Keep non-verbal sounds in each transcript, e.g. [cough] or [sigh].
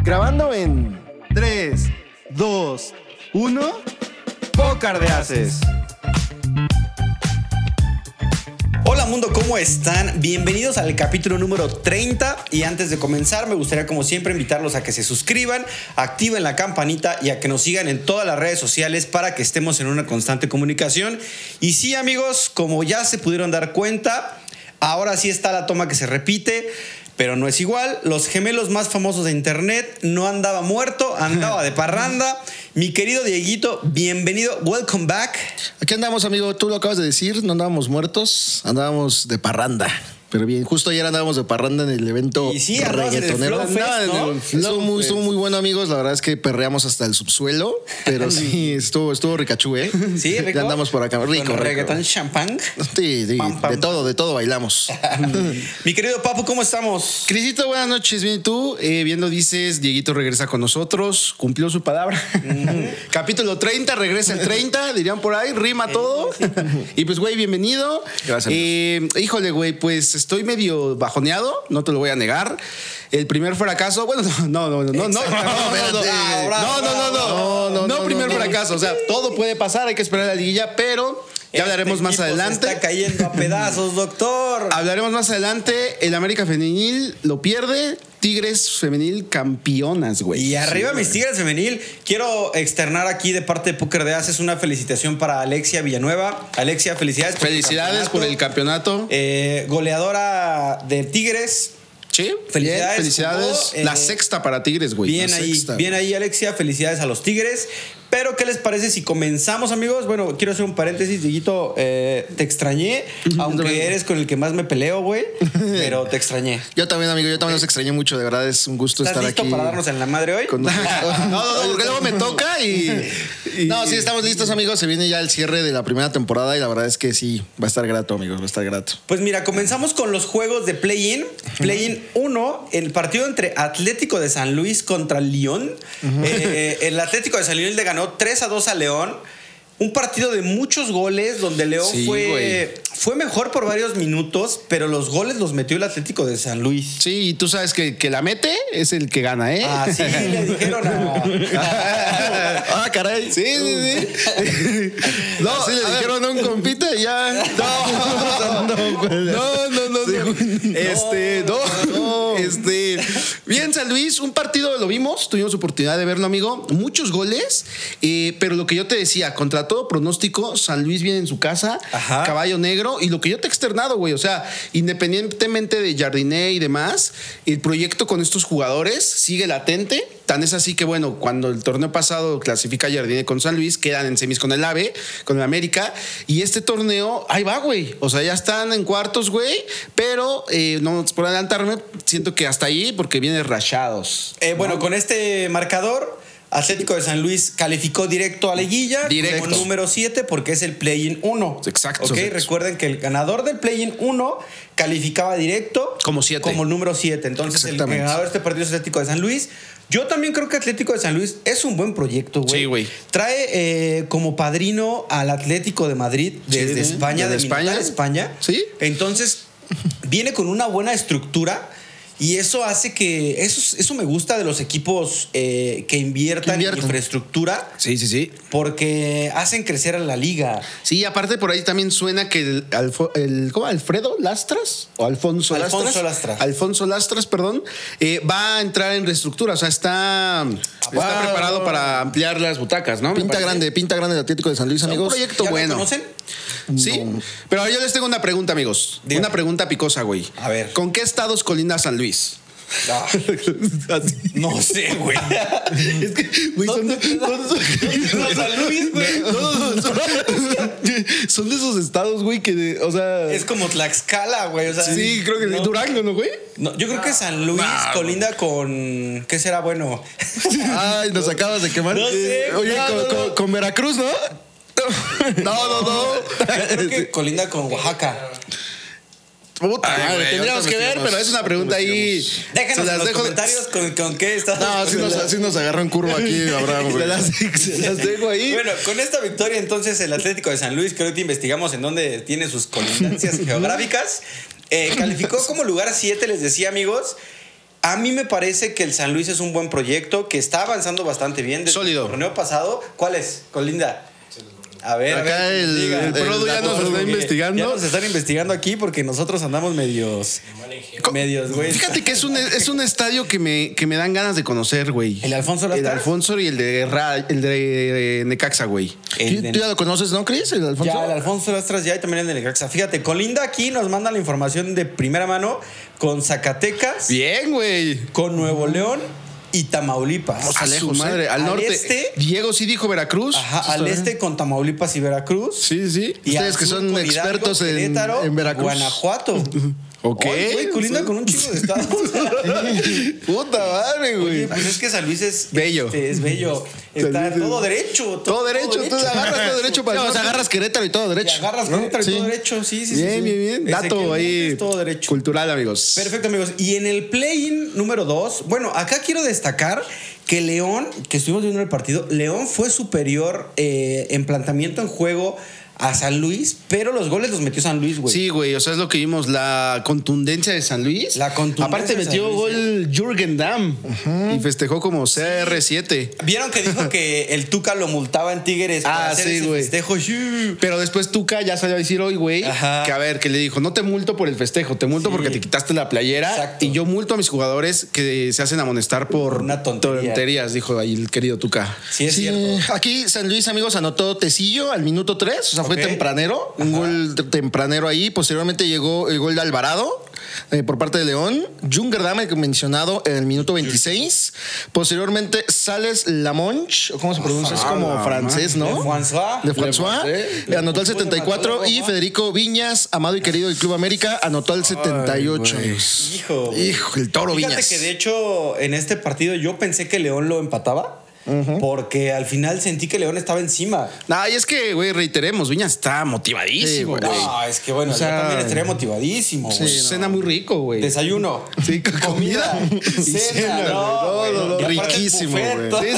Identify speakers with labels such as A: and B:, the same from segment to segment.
A: Grabando en 3, 2, 1. Pócar de Haces.
B: Hola mundo, ¿cómo están? Bienvenidos al capítulo número 30 y antes de comenzar me gustaría como siempre invitarlos a que se suscriban, activen la campanita y a que nos sigan en todas las redes sociales para que estemos en una constante comunicación. Y sí amigos, como ya se pudieron dar cuenta, ahora sí está la toma que se repite. Pero no es igual, los gemelos más famosos de internet no andaba muerto, andaba de parranda. Mi querido Dieguito, bienvenido, welcome back.
C: Aquí andamos, amigo. Tú lo acabas de decir, no andábamos muertos, andábamos de parranda. Pero bien, justo ayer andábamos de parranda en el evento
B: Y sí, andabas en el
C: reggaetonero.
B: Flow Fest,
C: Andaba en
B: ¿no?
C: el Estuvo muy, estuvo muy bueno, amigos. La verdad es que perreamos hasta el subsuelo, pero
B: [laughs]
C: sí, estuvo, estuvo ricachú, ¿eh?
B: Sí, rico.
C: Ya andamos por acá.
B: Con
C: Rico, rico.
B: reggaetón champán.
C: Sí, sí,
B: Pam, pam,
C: de todo, de todo bailamos.
B: [laughs] Mi querido Papu, ¿cómo estamos?
C: Crisito, buenas noches. Bien, ¿y tú? Eh, bien lo dices, Dieguito regresa con nosotros, cumplió su palabra. [laughs] Capítulo 30, regresa el 30, dirían por ahí, rima todo. [laughs] y pues, güey, bienvenido.
A: Gracias,
C: Eh, híjole, güey, pues estoy medio bajoneado, no te lo voy a negar. El primer fracaso, bueno, [laughs] no, no, no, no, no, no, no,
B: Espérate.
C: no, no, no, no, no, no, primer fracaso. O sea, todo puede pasar, hay que esperar la liguilla, pero ya hablaremos
B: Este
C: más
B: equipo se
C: adelante. Ah,
B: está cayendo a
C: [laughs]
B: pedazos, doctor.
C: Hablaremos más adelante. El América Femenil lo pierde. Tigres Femenil campeonas, güey.
B: Y arriba
C: Sí,
B: mis
C: güey.
B: Tigres femenil. Quiero externar aquí de parte de Poker de Haces una felicitación para Alexia Villanueva. Alexia, felicidades. por tu
C: Felicidades por el campeonato.
B: Eh, goleadora de Tigres.
C: sí,
B: felicidades,
C: bien, felicidades.
B: jugó, eh,
C: la sexta para Tigres, güey.
B: bien
C: la
B: ahí,
C: sexta.
B: bien ahí Alexia, felicidades a los Tigres. Pero ¿qué les parece si comenzamos, amigos? Bueno, quiero hacer un paréntesis, Dieguito, eh,
C: [laughs]
B: te extrañé, aunque eres con el que más me peleo, güey, pero te extrañé.
C: Yo también, amigo, yo también los extrañé mucho. De verdad, es un gusto
B: ¿Estás
C: estar
B: listo
C: aquí.
B: para darnos en la madre hoy? [laughs]
C: con- no, no, no, porque luego me toca y,
A: Y-
C: No, sí, estamos listos, amigos. Se viene ya el cierre de la primera temporada y la verdad es que sí, va a estar grato, amigos, va a estar grato.
B: Pues mira, comenzamos con los juegos de play-in. Play-in 1, el partido entre Atlético de San Luis contra León. Eh, el Atlético de San Luis le ganó 3 a 2 a León. Un partido de muchos goles donde León
C: Sí,
B: fue,
C: güey.
B: fue mejor por varios minutos, pero los goles los metió el Atlético de San Luis.
C: [laughs] Sí, y tú sabes que el que la mete es el que gana, ¿eh? [laughs]
B: Así le dijeron a...
C: ah, caray. Sí, sí, sí. [laughs] No, Así le dijeron a un compita y ya. [laughs] No, no, no, no, no. Este, no, Este. Bien, San Luis, un partido lo vimos, tuvimos oportunidad de verlo, amigo. Muchos goles, eh, pero lo que yo te decía, contra todo pronóstico, San Luis viene en su casa,
B: Ajá.
C: caballo negro, y lo que yo te he externado, güey, o sea, independientemente de Jardiné y demás, el proyecto con estos jugadores sigue latente. Tan es así que, bueno, cuando el torneo pasado clasifica Jardiné con San Luis, quedan en semis con el AVE, con el América, y este torneo, ahí va, güey. O sea, ya están en cuartos, güey, pero eh, no por adelantarme, siento que hasta ahí, porque vienen rachados.
B: Eh, bueno, con este marcador, Atlético de San Luis calificó directo a Liguilla
C: Directo.
B: como número 7 porque es el Play-in 1.
C: Exacto.
B: Ok,
C: Exacto.
B: recuerden que el ganador del Play-in 1 calificaba directo
C: Como siete.
B: Como el número 7. Entonces, el
C: Exactamente.
B: ganador de este partido es Atlético de San Luis. Yo también creo que Atlético de San Luis es un buen proyecto, güey.
C: Sí, güey.
B: Trae eh, como padrino al Atlético de Madrid desde
C: sí.
B: España, de
C: Desde
B: España.
C: España.
B: España.
C: Sí.
B: Entonces, viene con una buena estructura y eso hace que. Eso, es- eso me gusta de los equipos eh, que inviertan en
C: invierten.
B: infraestructura
A: Sí, sí, sí.
B: porque hacen crecer a la liga.
C: Sí, aparte por ahí también suena que el, Alfo- el- ¿cómo? Alfredo Lastras o Alfonso Lastras.
B: Alfonso Lastras.
C: Alfonso Lastras, perdón, eh, va a entrar en reestructura, o sea, está, está
B: Wow.
C: preparado para
B: ah.
C: ampliar las butacas, ¿no? Me
A: Pinta
C: parece.
A: grande, pinta grande el Atlético de San Luis,
C: Un
A: amigos.
C: proyecto
B: ¿Ya lo
C: bueno.
B: conocen?
C: Sí, pero ahora yo les tengo una pregunta, amigos.
B: Dígame.
C: Una pregunta picosa, güey.
B: A ver. [laughs]
C: ¿Con qué estados colinda San Luis? [laughs]
B: Ah,
D: Así.
B: no sé, güey.
D: Es que, güey, son de. son-
B: Los San Luis, güey.
D: No, son- son de esos estados, güey, que. de- O sea.
B: Es como Tlaxcala, güey. O sea,
D: sí, creo que de Durango, ¿no, güey?
B: No, yo creo que San Luis colinda con. ¿Qué será bueno?
C: Ay, nos acabas de quemar.
B: No sé,
C: Eh, Oye,
B: no,
C: con,
B: no,
C: con-
B: no.
C: con Veracruz, ¿no?
D: No, no, no.
B: Creo que colinda con Oaxaca.
D: Puta
C: Ay,
D: madre,
C: güey,
D: tendríamos
C: ahorita
D: que ver,
C: investigamos,
D: pero es una pregunta ahí.
B: Déjanos
D: se
B: en
D: las
B: los
D: dejo-
B: comentarios con, con qué estás.
C: No, sí nos, sí nos agarró en curva aquí, Abraham. güey.
D: [laughs] Se las, se las dejo ahí.
B: Bueno, con esta victoria entonces el Atlético de San Luis, que ahorita investigamos en dónde tiene sus
D: [laughs]
B: colindancias geográficas, eh, calificó como lugar 7, les decía amigos. A mí me parece que el San Luis es un buen proyecto, que está avanzando bastante bien. Desde
D: Sólido.
B: El torneo pasado, ¿cuál es? Colinda. A ver, a
C: Acá
B: ver que nos
C: el-
B: diga.
C: el Prodo ya
B: dato,
C: nos está
B: porque
C: investigando.
B: Ya nos están investigando aquí porque nosotros andamos medios. Medios, güey.
D: Fíjate que es un, es un estadio que me, que me dan ganas de conocer, güey.
B: ¿El Alfonso
D: El
B: Lastras?
D: Alfonso y el de, Ra- el de Necaxa, güey.
B: El
C: ¿Tú,
B: de-
C: tú ya lo conoces, ¿no, Chris? El Alfonso.
B: Ya, el Alfonso Lastras ya y también el de Necaxa. Fíjate, Colinda aquí nos manda la información de primera mano con Zacatecas,
D: Bien, güey.
B: con Nuevo León y Tamaulipas.
D: A ¿eh? su madre, al,
B: ¿eh? Al
D: norte.
B: este.
D: Diego sí dijo Veracruz.
B: Ajá, al este con Tamaulipas y Veracruz.
D: Sí, sí.
B: Y al
C: Ustedes que
B: sur
C: son
B: con Hidalgo,
C: expertos en-
B: Querétaro,
C: en Veracruz.
B: Guanajuato.
D: [laughs] Ok.
B: Ay, güey, Colinda con un chingo de estados.
D: [laughs] Puta madre, güey.
B: Oye, pues es que San Luis es
D: Bello.
B: este, es bello. Está
D: Luis es-
B: todo derecho. Todo,
D: Todo derecho, tú
B: derecho.
D: agarras todo
B: [laughs]
D: derecho para
C: No,
D: el
C: o sea,
D: norte.
C: agarras Querétaro y todo
B: Y
C: derecho.
B: agarras
C: ¿no?
B: contra y
C: Sí.
B: todo derecho. Sí, sí, sí,
D: Bien,
B: sí.
D: bien, bien.
B: Ezequiel
D: Dato ahí.
B: Montes, Todo derecho.
D: Cultural, amigos.
B: Perfecto, amigos. Y en el play-in número 2, bueno, acá quiero destacar que León, que estuvimos viendo el partido, León fue superior eh, en planteamiento en juego a San Luis, pero los goles los metió San Luis, güey.
D: Sí, güey, o sea, es lo que vimos, la contundencia de San Luis.
B: La contundencia
D: Aparte
B: de San
D: metió
B: Luis, eh.
D: gol Jürgen Damm y festejó como CR7.
B: Vieron que
D: [laughs]
B: dijo que el Tuca lo multaba en Tigres para
D: Ah,
B: hacer
D: sí,
B: ese
D: güey.
B: festejo. ¡Yu!
D: Pero después Tuca ya salió a decir hoy, güey,
B: Ajá.
D: que a ver, que le dijo, no te multo por el festejo, te multo porque te quitaste la playera
B: Exacto.
D: y yo multo a mis jugadores que se hacen amonestar por
B: Una tontería.
D: tonterías, dijo ahí el querido Tuca.
B: Sí, es
C: Sí,
B: cierto.
C: aquí San Luis, amigos, anotó Tecillo al minuto 3, o sea,
B: Ok.
C: fue tempranero, un
B: Ajá.
C: gol te- tempranero ahí. Posteriormente llegó el gol de Alvarado eh, por parte de León, Jungerdam, el que mencionado en el minuto 26. Posteriormente Sales Lamonch, ¿cómo se pronuncia?
B: Ah,
C: Es como
D: la
C: francés, ¿no?
B: Le François.
C: De François.
D: Le
C: Eh, Anotó al 74 y
B: François.
C: Federico Viñas, amado y querido del Club América, anotó al 78.
B: Hijo. güey.
C: Hijo, el toro
B: Fíjate
C: Viñas.
B: que de hecho en este partido yo pensé que León lo empataba. Porque al final sentí que León estaba encima.
D: Ah, y es que, güey, reiteremos, Viñas está motivadísimo,
C: Sí,
D: güey.
B: No, es que bueno,
D: O sea,
B: yo también estaría motivadísimo. güey.
D: Pues, Cena muy rico, güey.
B: Desayuno.
D: Sí, con comida.
B: Cena,
D: Y cena,
B: no,
D: güey.
B: güey. Y aparte
C: riquísimo,
B: buffet,
C: güey.
B: todo.
D: Sí,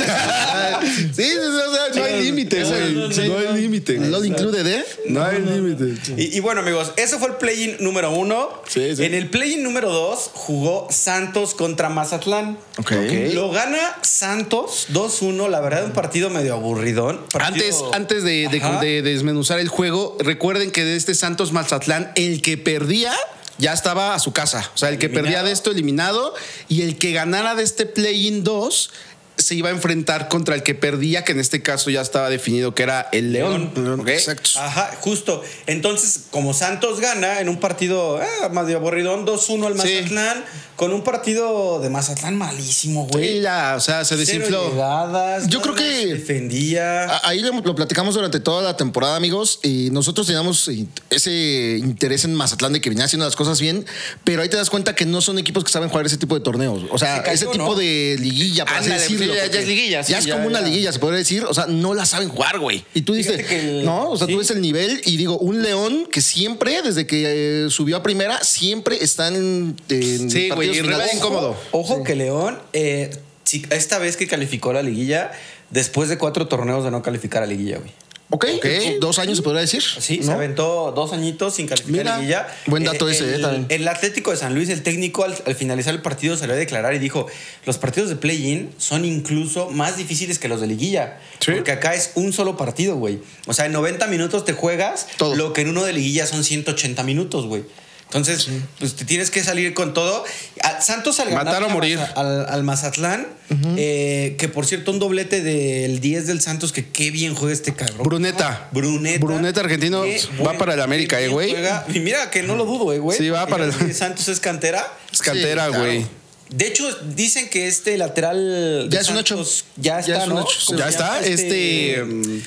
D: sí, sí, sí, o sea, no hay límite, güey.
B: no, no,
D: No hay límite.
C: El
D: güey.
C: All Included, ¿eh?
D: No hay límite.
B: Y, y bueno, amigos, eso fue el play-in número uno.
D: Sí, sí.
B: En el play-in número dos jugó Santos contra Mazatlán.
C: Ok.
B: Lo gana Santos 2-1. La verdad, un partido medio aburridón. Partido-
D: Antes, antes de, de-
B: Ajá.
D: de desmenuzar el juego, recuerden que de este Santos Mazatlán, el que perdía ya estaba a su casa. O sea, el que perdía de esto eliminado y el que ganara de este play-in 2 se iba a enfrentar contra el que perdía, que en este caso ya estaba definido que era el León. ¿ok?
C: Exacto.
B: Ajá, justo. Entonces, como Santos gana en un partido ah, medio aburridón, 2-1 al
D: Sí.
B: Mazatlán, con un partido de Mazatlán malísimo,
D: Sí,
B: güey.
D: ya, o sea, se
B: Cero
D: desinfló.
B: llegadas,
C: Yo
B: nada
C: creo que- Ah,
B: más defendía.
C: A- Ahí lo, lo platicamos durante toda la temporada, amigos, y nosotros teníamos eh, ese interés en Mazatlán de que venía haciendo las cosas bien, pero ahí te das cuenta que no son equipos que saben jugar ese tipo de torneos. O sea,
B: Se cayó,
C: ese
B: ¿no?
C: tipo de liguilla, por así
D: Ándale,
C: decirlo.
D: sí, ya- ya
C: porque
D: es liguilla, sí,
C: ya es
D: ya,
C: como una
D: ya.
C: liguilla, se podría decir. O sea, no la saben jugar, güey. Y tú dices,
B: Fíjate que el-
C: no, o sea,
B: sí.
C: tú ves el nivel y digo, un León que siempre, desde que eh, subió a primera, siempre están en, en
D: Sí, güey,
C: partidos
D: y
C: finales.
D: Rebel incómodo.
B: Ojo que León, eh, sí, esta vez que calificó a la liguilla, después de cuatro torneos de no calificar a liguilla, güey.
C: Ok,
D: Ok.
C: dos años se podría decir.
B: Sí, se
C: ¿no?
B: aventó dos añitos sin calificar
C: Mira,
B: a liguilla.
C: buen dato ese, eh,
B: el,
C: también.
B: El Atlético de San Luis, el técnico, al, al finalizar el partido salió a declarar y dijo: Los partidos de play-in son incluso más difíciles que los de liguilla.
D: Sí.
B: Porque acá es un solo partido, güey. O sea, en 90 minutos te juegas
C: Todo.
B: lo que en uno de liguilla son 180 minutos, güey. Entonces, pues te tienes que salir con todo. A- Santos al
D: Matar
B: ganarle
D: o
B: a
D: morir.
B: Maza- al, al Mazatlán, eh, que por cierto, un doblete del 10 del Santos, que qué bien juega este cabrón.
D: Bruneta.
B: Bruneta.
D: Bruneta argentino
B: Qué
D: va para el América,
B: qué
D: eh,
B: bien
D: güey.
B: juega. Y mira que no lo dudo, eh, güey.
D: Sí, va
B: Porque
D: para
B: ya
D: el-
B: ves que Santos es cantera.
D: Es cantera,
C: Sí, claro.
D: güey.
B: De hecho, dicen que este lateral. de
C: Ya es un hecho.
B: Santos
C: Ya
B: Ya está,
C: es un
B: ¿no?
C: hecho.
B: ¿Cómo
D: Ya
B: se llama?
D: está, este mm,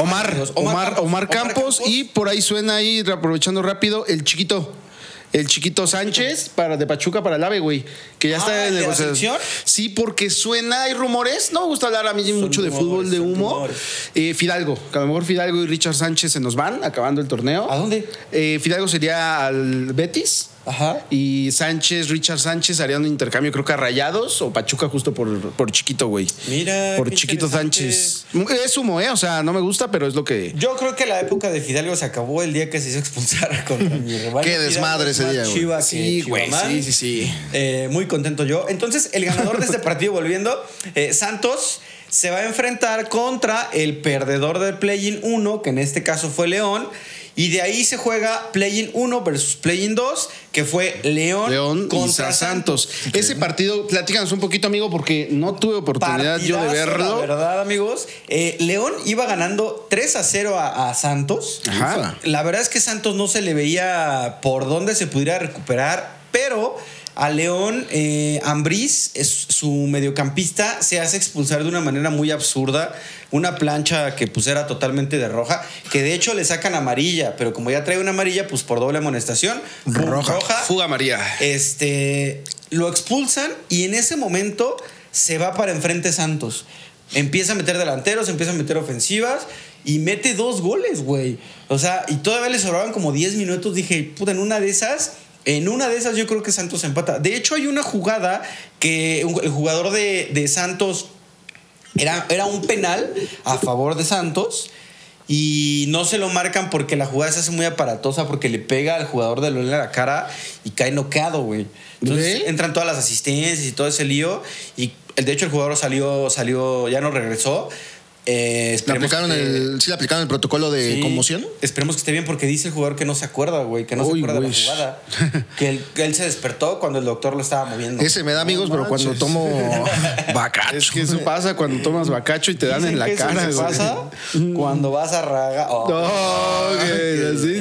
D: Omar,
B: Dios, Omar Campos,
D: Omar, Omar
B: Omar
D: Campos
B: Campos.
D: y por ahí suena ahí aprovechando rápido el chiquito. El chiquito Sánchez para de Pachuca para el AVE, güey. Que ya
B: Ah,
D: está en
B: ¿de la
D: negociación.
B: selección?
D: Sí, porque suena, hay rumores. No me gusta hablar a mí mucho de
B: rumores,
D: fútbol de
B: son
D: humo.
B: rumores.
D: Eh, Fidalgo, que a lo mejor Fidalgo y Richard Sánchez se nos van acabando el torneo.
B: ¿A dónde?
D: Eh, Fidalgo sería al Betis.
B: Ajá.
D: Y Sánchez, Richard Sánchez harían un intercambio, creo que a Rayados o Pachuca justo por, por Chiquito, güey.
B: Mira,
D: Por
B: qué
D: Chiquito
B: interesante.
D: Sánchez. Es humo, ¿eh? O sea, no me gusta, pero es lo que.
B: Yo creo que la época de Fidalgo se acabó el día que se hizo expulsar contra mi
D: [laughs]
B: rival.
C: Qué
B: Fidalgo
C: desmadre
B: es
C: ese
B: más
C: día, güey.
B: chiva que
D: Sí, güey.
B: Chivamán.
D: Sí, sí, sí.
B: Eh, muy contento yo. Entonces, el ganador de este partido, volviendo, eh, Santos se va a enfrentar contra el perdedor del Play-in 1, que en este caso fue León. Y de ahí se juega Play-in 1 versus Play-in 2, que fue León,
D: León
B: contra
D: contra Santos. Ese partido, platícanos un poquito, amigo, porque no tuve oportunidad yo
B: Partidazo,
D: de
B: La
D: verlo.
B: verdad, amigos. Eh, León iba ganando 3 a 0 a, a Santos.
D: Ajá.
B: La verdad es que Santos no se le veía por dónde se pudiera recuperar, pero a León eh, Ambriz, es- su mediocampista, se hace expulsar de una manera muy absurda. Una plancha que pues era totalmente de roja, que de hecho le sacan amarilla, pero como ya trae una amarilla, pues por doble amonestación. pum,
C: Roja.
B: roja
D: Fuga María.
B: este, lo expulsan y en ese momento se va para enfrente Santos. Empieza a meter delanteros, empieza a meter ofensivas y mete dos goles, güey. O sea, y todavía le sobraban como 10 minutos. Dije, puta, en una de esas, en una de esas yo creo que Santos empata. De hecho, hay una jugada que un- el jugador de, de Santos era, era un penal a favor de Santos y no se lo marcan porque la jugada se hace muy aparatosa porque le pega al jugador de León en la cara y cae noqueado, güey. Entonces
D: ¿Ve?
B: entran todas las asistencias y todo ese lío y el- de hecho el jugador salió, salió ya no regresó. Eh,
C: ¿Le
B: esperemos
C: aplicaron
D: este,
B: que-
C: el, ¿Sí le aplicaron el protocolo de
B: Sí.
C: conmoción?
B: Esperemos que esté bien porque dice el jugador que no se acuerda, güey, que no
D: Uy,
B: se acuerda
D: güey.
B: de la
D: [laughs]
B: jugada. que, él, que él se despertó cuando el doctor lo estaba moviendo.
C: Ese me da amigos, pero cuando
D: manches. [laughs]
C: tomo bacacho.
D: Es que eso pasa cuando tomas bacacho y te dan
B: Dicen
D: en la
B: que eso
D: cara.
B: se
D: güey. [laughs]
B: pasa cuando vas a raga. Oh.
D: No,
B: Ah,
D: que-
B: que-
D: sí,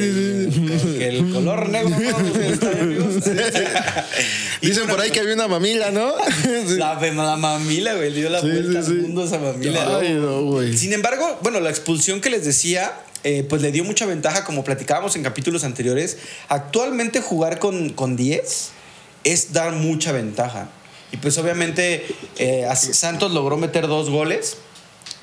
D: sí, sí.
B: que- que el color negro.
D: [laughs]
B: ¿no? Ustedes también, amigos. Y
C: Dicen por ahí que había una mamila, ¿no?
B: La, fem- la mamila, güey, le dio la
D: Sí,
B: vuelta
D: sí, sí.
B: al mundo esa mamila. ¿no?
D: Ay, no, güey.
B: Sin embargo, bueno, la expulsión que les decía, eh, pues le dio mucha ventaja, como platicábamos en capítulos anteriores. Actualmente jugar con, con 10 es dar mucha ventaja. Y pues obviamente eh, a Santos logró meter dos goles,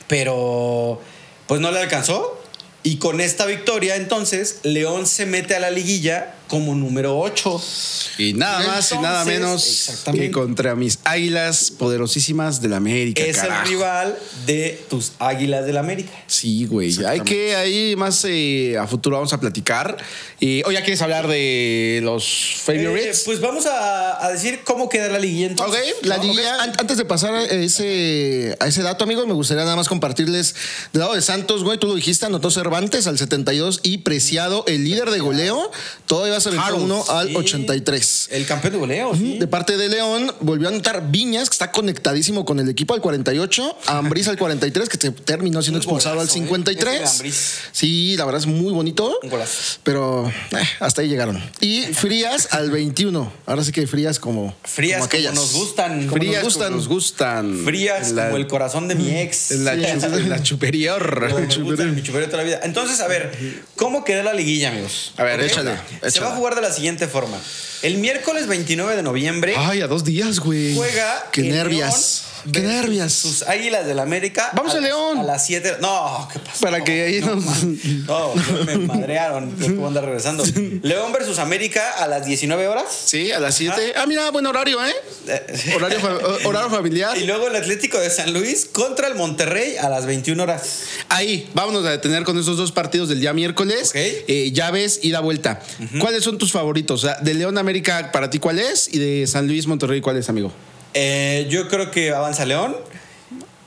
B: pero pues no le alcanzó. Y con esta victoria, entonces, León se mete a la liguilla como número 8.
D: Y nada más y nada
B: Entonces,
D: menos
B: exactamente.
D: que contra mis águilas poderosísimas del América.
B: Es el
D: carajo.
B: rival de tus Águilas del América.
D: Sí, güey. Hay que ahí más eh, a futuro vamos a platicar. Y hoy ya quieres hablar de los
B: Eh,
D: favorites.
B: pues vamos a, a decir cómo queda la liguilla
C: Ok,
B: entonces.
C: la
B: ¿no?
C: liguilla. An- Antes de pasar a ese, a ese dato, amigos, me gustaría nada más compartirles. Del lado de Santos, güey, tú lo dijiste, anotó Cervantes al 72 y Preciado, el líder de goleo, todavía se aventó
B: Harold,
C: uno al
B: sí.
C: 83.
B: El campeón de goleo, sí.
C: De parte de León, volvió a anotar Viñas, que está conectadísimo con el equipo al 48, Ambriz al 43, que se terminó siendo
B: Un
C: expulsado
B: golazo,
C: al
B: ¿eh? Ese de
C: 53.
B: Ambriz.
C: Sí, la verdad es muy bonito.
B: Un golazo.
C: Pero eh, hasta ahí llegaron. Y Frías al 21. Ahora sí que Frías como.
B: Frías como
C: aquellas.
B: nos gustan.
C: Como
D: Frías
C: nos
D: como
C: gustan.
D: nos gustan.
B: Frías
D: La-
B: como el corazón de mi ex.
D: la, chu- la superior.
B: Como me gusta, mi chupero toda la vida. Entonces, a ver, ¿cómo queda la liguilla, amigos?
D: A ver,
B: ¿Ok?
D: échale,
B: Se
D: échala.
B: va a jugar de la siguiente forma. El miércoles 29 de noviembre
D: Ay, a dos días, güey.
B: juega.
C: qué
B: el
C: nervias,
B: León
C: qué
B: versus
C: nervias.
B: Sus águilas del América.
D: Vamos
B: a,
D: al León.
B: A las 7. No, ¿qué pasa?
D: Para que ahí nos- [laughs]
B: No, me madrearon. ¿Cómo andar regresando? León versus América a las 19 horas.
D: Sí, a las 7. Ah, mira, buen horario,
B: [laughs]
D: ¿eh? Horario, fa- horario familiar.
B: Y luego el Atlético de San Luis contra el Monterrey a las 21 horas.
D: Ahí, vámonos a detener con esos dos partidos del día miércoles.
B: Ok.
D: Eh, llaves y la vuelta. ¿Cuáles son tus favoritos? O sea, de León América, para ti, ¿cuál es? Y de San Luis Monterrey, ¿cuál es, amigo?
B: Eh, yo creo que avanza León.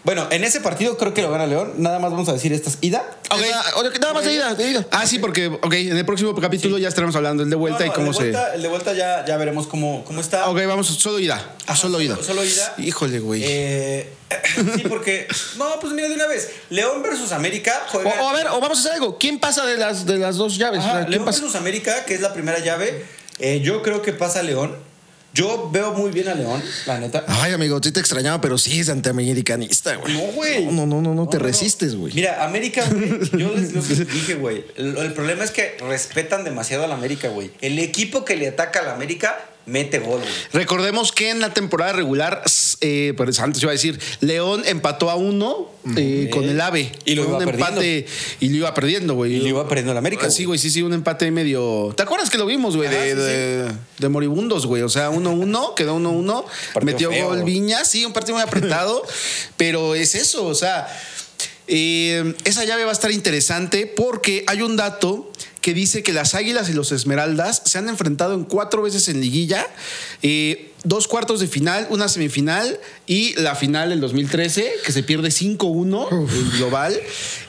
B: Bueno, en ese partido creo que lo gana León. Nada más vamos a decir estas ida.
C: Ok,
B: Ah,
C: ok, Nada más de ida, de ida.
D: Ah, sí, porque, ok, en el próximo capítulo ya estaremos hablando el de vuelta
B: No,
D: y
B: no,
D: cómo
B: el de
D: se.
B: vuelta- El de vuelta ya, ya veremos cómo, cómo está.
D: Ah, Ok, vamos, solo ida.
B: Ajá,
D: solo ida.
B: Solo ida.
D: Híjole, güey.
B: Eh, [laughs] sí, porque. No, pues mira de una vez. León versus América
C: O,
B: juega.
D: Oh,
C: o a ver, o vamos a hacer algo. ¿Quién pasa de las, de las dos llaves?
B: Ajá,
C: O sea, ¿quién
B: León
C: pasa?
B: versus América, que es la primera llave. eh, yo creo que pasa León. Yo veo muy bien a León, la neta.
E: Ay, amigo, sí te extrañaba, pero sí es antiamericanista, güey.
B: No, güey.
E: No, no, no, no, no te resistes, güey.
B: Mira, América, [laughs] güey, yo les lo que les dije, güey. El, el problema es que respetan demasiado a la América, güey. El equipo que le ataca a la América mete gol, güey.
C: Recordemos que en la temporada regular, s- eh, pero antes iba a decir, León empató a uno eh, con el AVE.
B: Y lo
C: Fue
B: iba
C: un
B: perdiendo.
C: empate y lo iba perdiendo, güey.
B: Y le iba perdiendo a la América.
C: Ah, Sí, güey, sí, sí, un empate ahí medio. ¿Te acuerdas que lo vimos, güey?
B: Ajá,
C: De,
B: Ah, sí,
C: de- de moribundos, güey. O sea, 1-1, quedó 1-1,
B: [laughs] Partido
C: metió
B: feo.
C: gol Viña, sí, un partido muy
B: [laughs]
C: apretado, pero es eso, o sea, eh, esa llave va a estar interesante porque hay un dato que dice que las Águilas y los Esmeraldas se han enfrentado en cuatro veces en liguilla, eh, dos cuartos de final, una semifinal y la final del 2013, que se pierde 5-1 en global.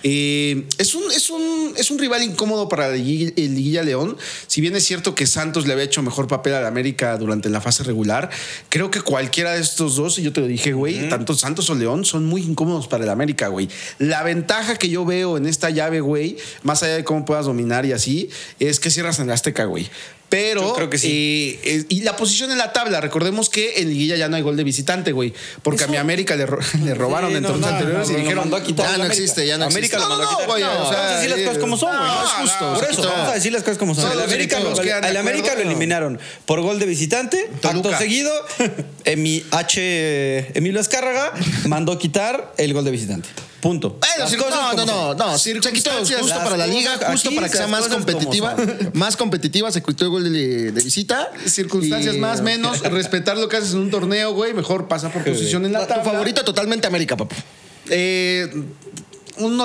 C: Eh, es, un, es, un, es un rival incómodo para la ligui- el Liguilla León. Si bien es cierto que Santos le había hecho mejor papel al América durante la fase regular, creo que cualquiera de estos dos, y yo te lo dije, güey, tanto Santos o León son muy incómodos para el América, güey. La ventaja que yo veo en esta llave, güey, más allá de cómo puedas dominar y así, es que cierras en el Azteca, güey. Pero
B: Yo creo que sí.
C: eh, eh, y la posición en la tabla, recordemos que en Liguilla ya no hay gol de visitante, güey, porque a mi América le, ro- [laughs] le robaron
B: Sí,
C: en
B: no,
C: torneos
B: no,
C: anteriores
B: no,
C: y
B: lo
C: dijeron,
B: mandó a quitar
E: "Ya
B: la
E: no
B: América".
E: existe, ya no
B: América
C: existe.
B: lo
C: No,
B: mandó a
C: no,
B: quitar.
C: güey,
B: No,
C: o sea,
B: vamos a decir las cosas como son,
C: no,
B: güey.
C: es justo,
B: Por
C: se
B: eso,
C: quitó.
B: vamos a decir las cosas como son.
C: Todos
B: El
C: los
B: América,
C: equipos
B: lo-
C: quedan de
B: al América lo
C: acuerdo.
B: eliminaron por gol de visitante.
C: Toluca.
B: Acto seguido, Emi- H. Emilio Azcárraga mandó quitar el gol de visitante. Punto.
E: Bueno,
B: Las
E: sí,
B: cosas
E: no,
B: como
E: no, no,
B: son.
E: no, sí, se quitó
C: circunstancias,
E: justo
B: las
E: para la
B: cosas
E: liga,
B: aquí,
E: justo para que sea
B: las
E: más
B: cosas como
E: competitiva,
B: son.
E: [laughs] más competitiva, se quitó el gol de, de visita.
C: circunstancias
E: Y-
C: más menos, respetar lo que haces en un torneo, güey, mejor pasa por posición en la
E: Tu
C: tabla.
E: favorito totalmente América, papu.
C: Eh, un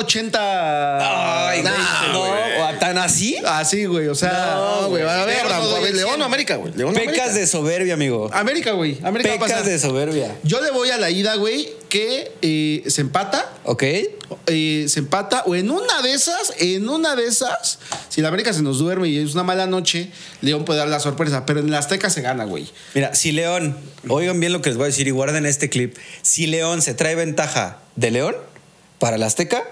C: 80
B: Ay, güey,
C: Nah,
B: no, o tan así.
C: así, güey, o sea,
B: No, güey,
C: a ver,
E: León,
C: vamos,
E: güey,
C: güey,
E: León o América, güey. León o
B: Pecas
E: América.
B: de soberbia, amigo.
C: América, güey, América va a
B: Pecas
C: pasar.
B: de soberbia.
C: Yo le voy a la ida, güey, que eh, se empata,
B: ¿Ok?
C: eh, se empata o en una de esas, en una de esas, si la América se nos duerme y es una mala noche, León puede dar la sorpresa, pero en la Azteca se gana, güey.
B: Mira, si León, oigan bien lo que les voy a decir y guarden este clip. Si León se trae ventaja de León para el Azteca,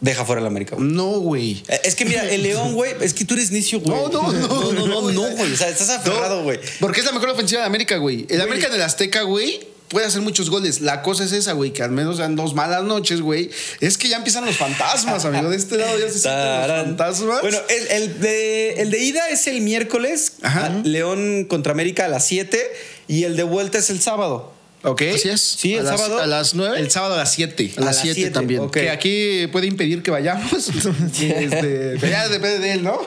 B: deja fuera el América. güey.
C: No, güey.
B: Eh, Es que mira, el León, güey, es que tú eres necio, güey.
C: No, no, no.
B: no, no, no, no,
C: [laughs]
B: güey. O sea, estás aferrado, güey.
C: Porque es la mejor ofensiva de América, güey. El América en el Azteca, güey, puede hacer muchos goles. La cosa es esa, güey, que al menos dan dos malas noches, güey. Es que ya empiezan los fantasmas, amigo. De este lado ya se sienten los
B: Tarán.
C: fantasmas.
B: Bueno, el, el de, el de ida es el miércoles,
C: Ajá.
B: a- León contra América a las 7 y el de vuelta es el sábado.
C: ok.
E: Así es.
B: Sí,
E: a
B: el
E: las,
B: sábado.
E: A las nueve.
C: El sábado a las 7.
E: A las
B: las
E: 7
B: siete,
E: también.
B: ok.
C: Que aquí puede impedir que [laughs] vayamos. Este, pero ya depende de él, ¿no?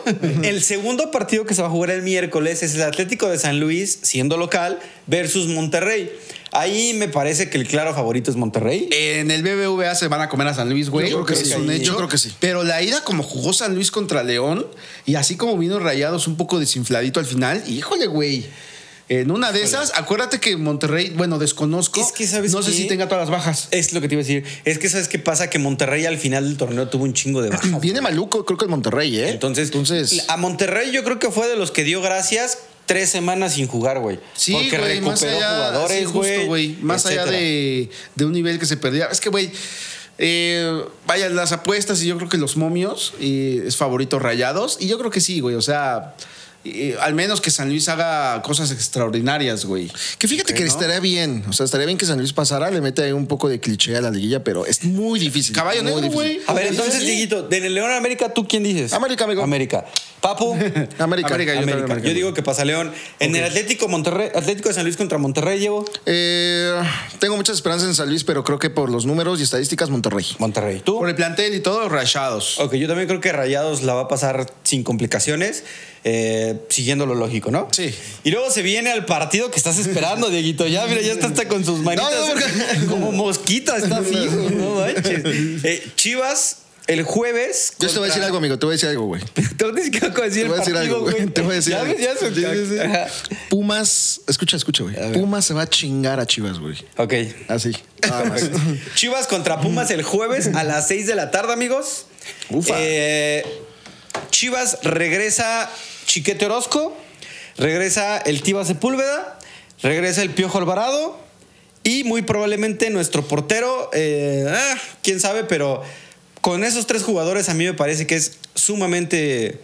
B: El segundo partido que se va a jugar el miércoles es el Atlético de San Luis, siendo local, versus Monterrey. Ahí me parece que el claro favorito es Monterrey.
C: En el BBVA se van a comer a San Luis, güey.
E: Yo creo que
C: Eso
E: sí.
C: Es un hecho.
E: Yo creo que sí.
C: Pero la ida como jugó San Luis contra León y así como vino Rayados un poco desinfladito al final, híjole, güey. En una de esas, acuérdate que Monterrey, bueno, desconozco.
B: Es que, ¿sabes
C: no sé
B: qué?
C: si tenga todas las bajas.
B: Es lo que te iba a decir. Es que sabes qué pasa que Monterrey al final del torneo tuvo un chingo
C: [clears throat]
B: de bajas.
E: Viene maluco, creo que el Monterrey, ¿eh?
B: Entonces,
E: Entonces
B: a Monterrey yo creo que fue de los que dio gracias tres semanas sin jugar, güey.
C: Sí,
B: Porque
C: güey,
B: recuperó
C: más allá, sí,
B: jugadores,
C: justo,
B: güey.
C: güey. Más allá
B: etcétera.
C: de, de un nivel que se perdía. Es que, güey, eh, vaya, las apuestas y yo creo que los momios eh, es favorito rayados. Y yo creo que sí, güey. O sea, eh, al menos que San Luis haga cosas extraordinarias, güey.
E: Que fíjate que estaría bien, o sea, estaría bien que San Luis pasara, le mete ahí un poco de cliché a la liguilla, pero es muy difícil.
C: Caballo
E: muy
C: negro,
E: difícil.
C: güey.
B: A ver,
C: Sí,
B: entonces,
C: sí.
B: Dieguito, de León a América, ¿tú quién dices?
E: América, amigo.
B: América. Papu.
E: [laughs] América.
C: América, yo
B: América.
C: también América.
B: Yo digo que pasa León. En el Atlético Monterrey, Atlético de San Luis contra Monterrey llevo
E: Eh, tengo muchas esperanzas en San Luis, pero creo que por los números y estadísticas, Monterrey.
B: Monterrey. ¿Tú?
C: Por el plantel y todo, rayados.
B: Ok, yo también creo que Rayados la va a pasar sin complicaciones, eh, siguiendo lo lógico, ¿no?
C: Sí.
B: Y luego se viene al partido que estás esperando, Dieguito. Ya, mira, ya está hasta con sus manitas
E: No, no, porque-
B: [laughs] como mosquita, está fijo, no
E: [laughs]
B: manches. Eh, Chivas, el jueves.
E: Yo te voy a decir
B: contra-
E: algo, amigo, te voy a decir algo, güey.
B: Te voy a decir que acabo de decir
E: Te voy a
B: el
E: decir
B: partido,
E: algo, güey. Te voy a decir
B: Ya
E: algo.
B: ves, ya se-
E: Sí, sí, sí.
B: Ajá.
E: Pumas, escucha, escucha, güey. Pumas se va a chingar a Chivas, güey.
B: Ok.
E: Así.
D: Ah,
E: nada
D: [laughs]
E: más. [laughs]
B: Chivas contra Pumas el jueves a las 6 de la tarde, amigos.
E: Ufa.
B: Eh, Chivas regresa Chiquete Orozco, regresa el Tiva Sepúlveda, regresa el Piojo Alvarado y muy probablemente nuestro portero, eh, ah, quién sabe, pero con esos tres jugadores a mí me parece que es sumamente...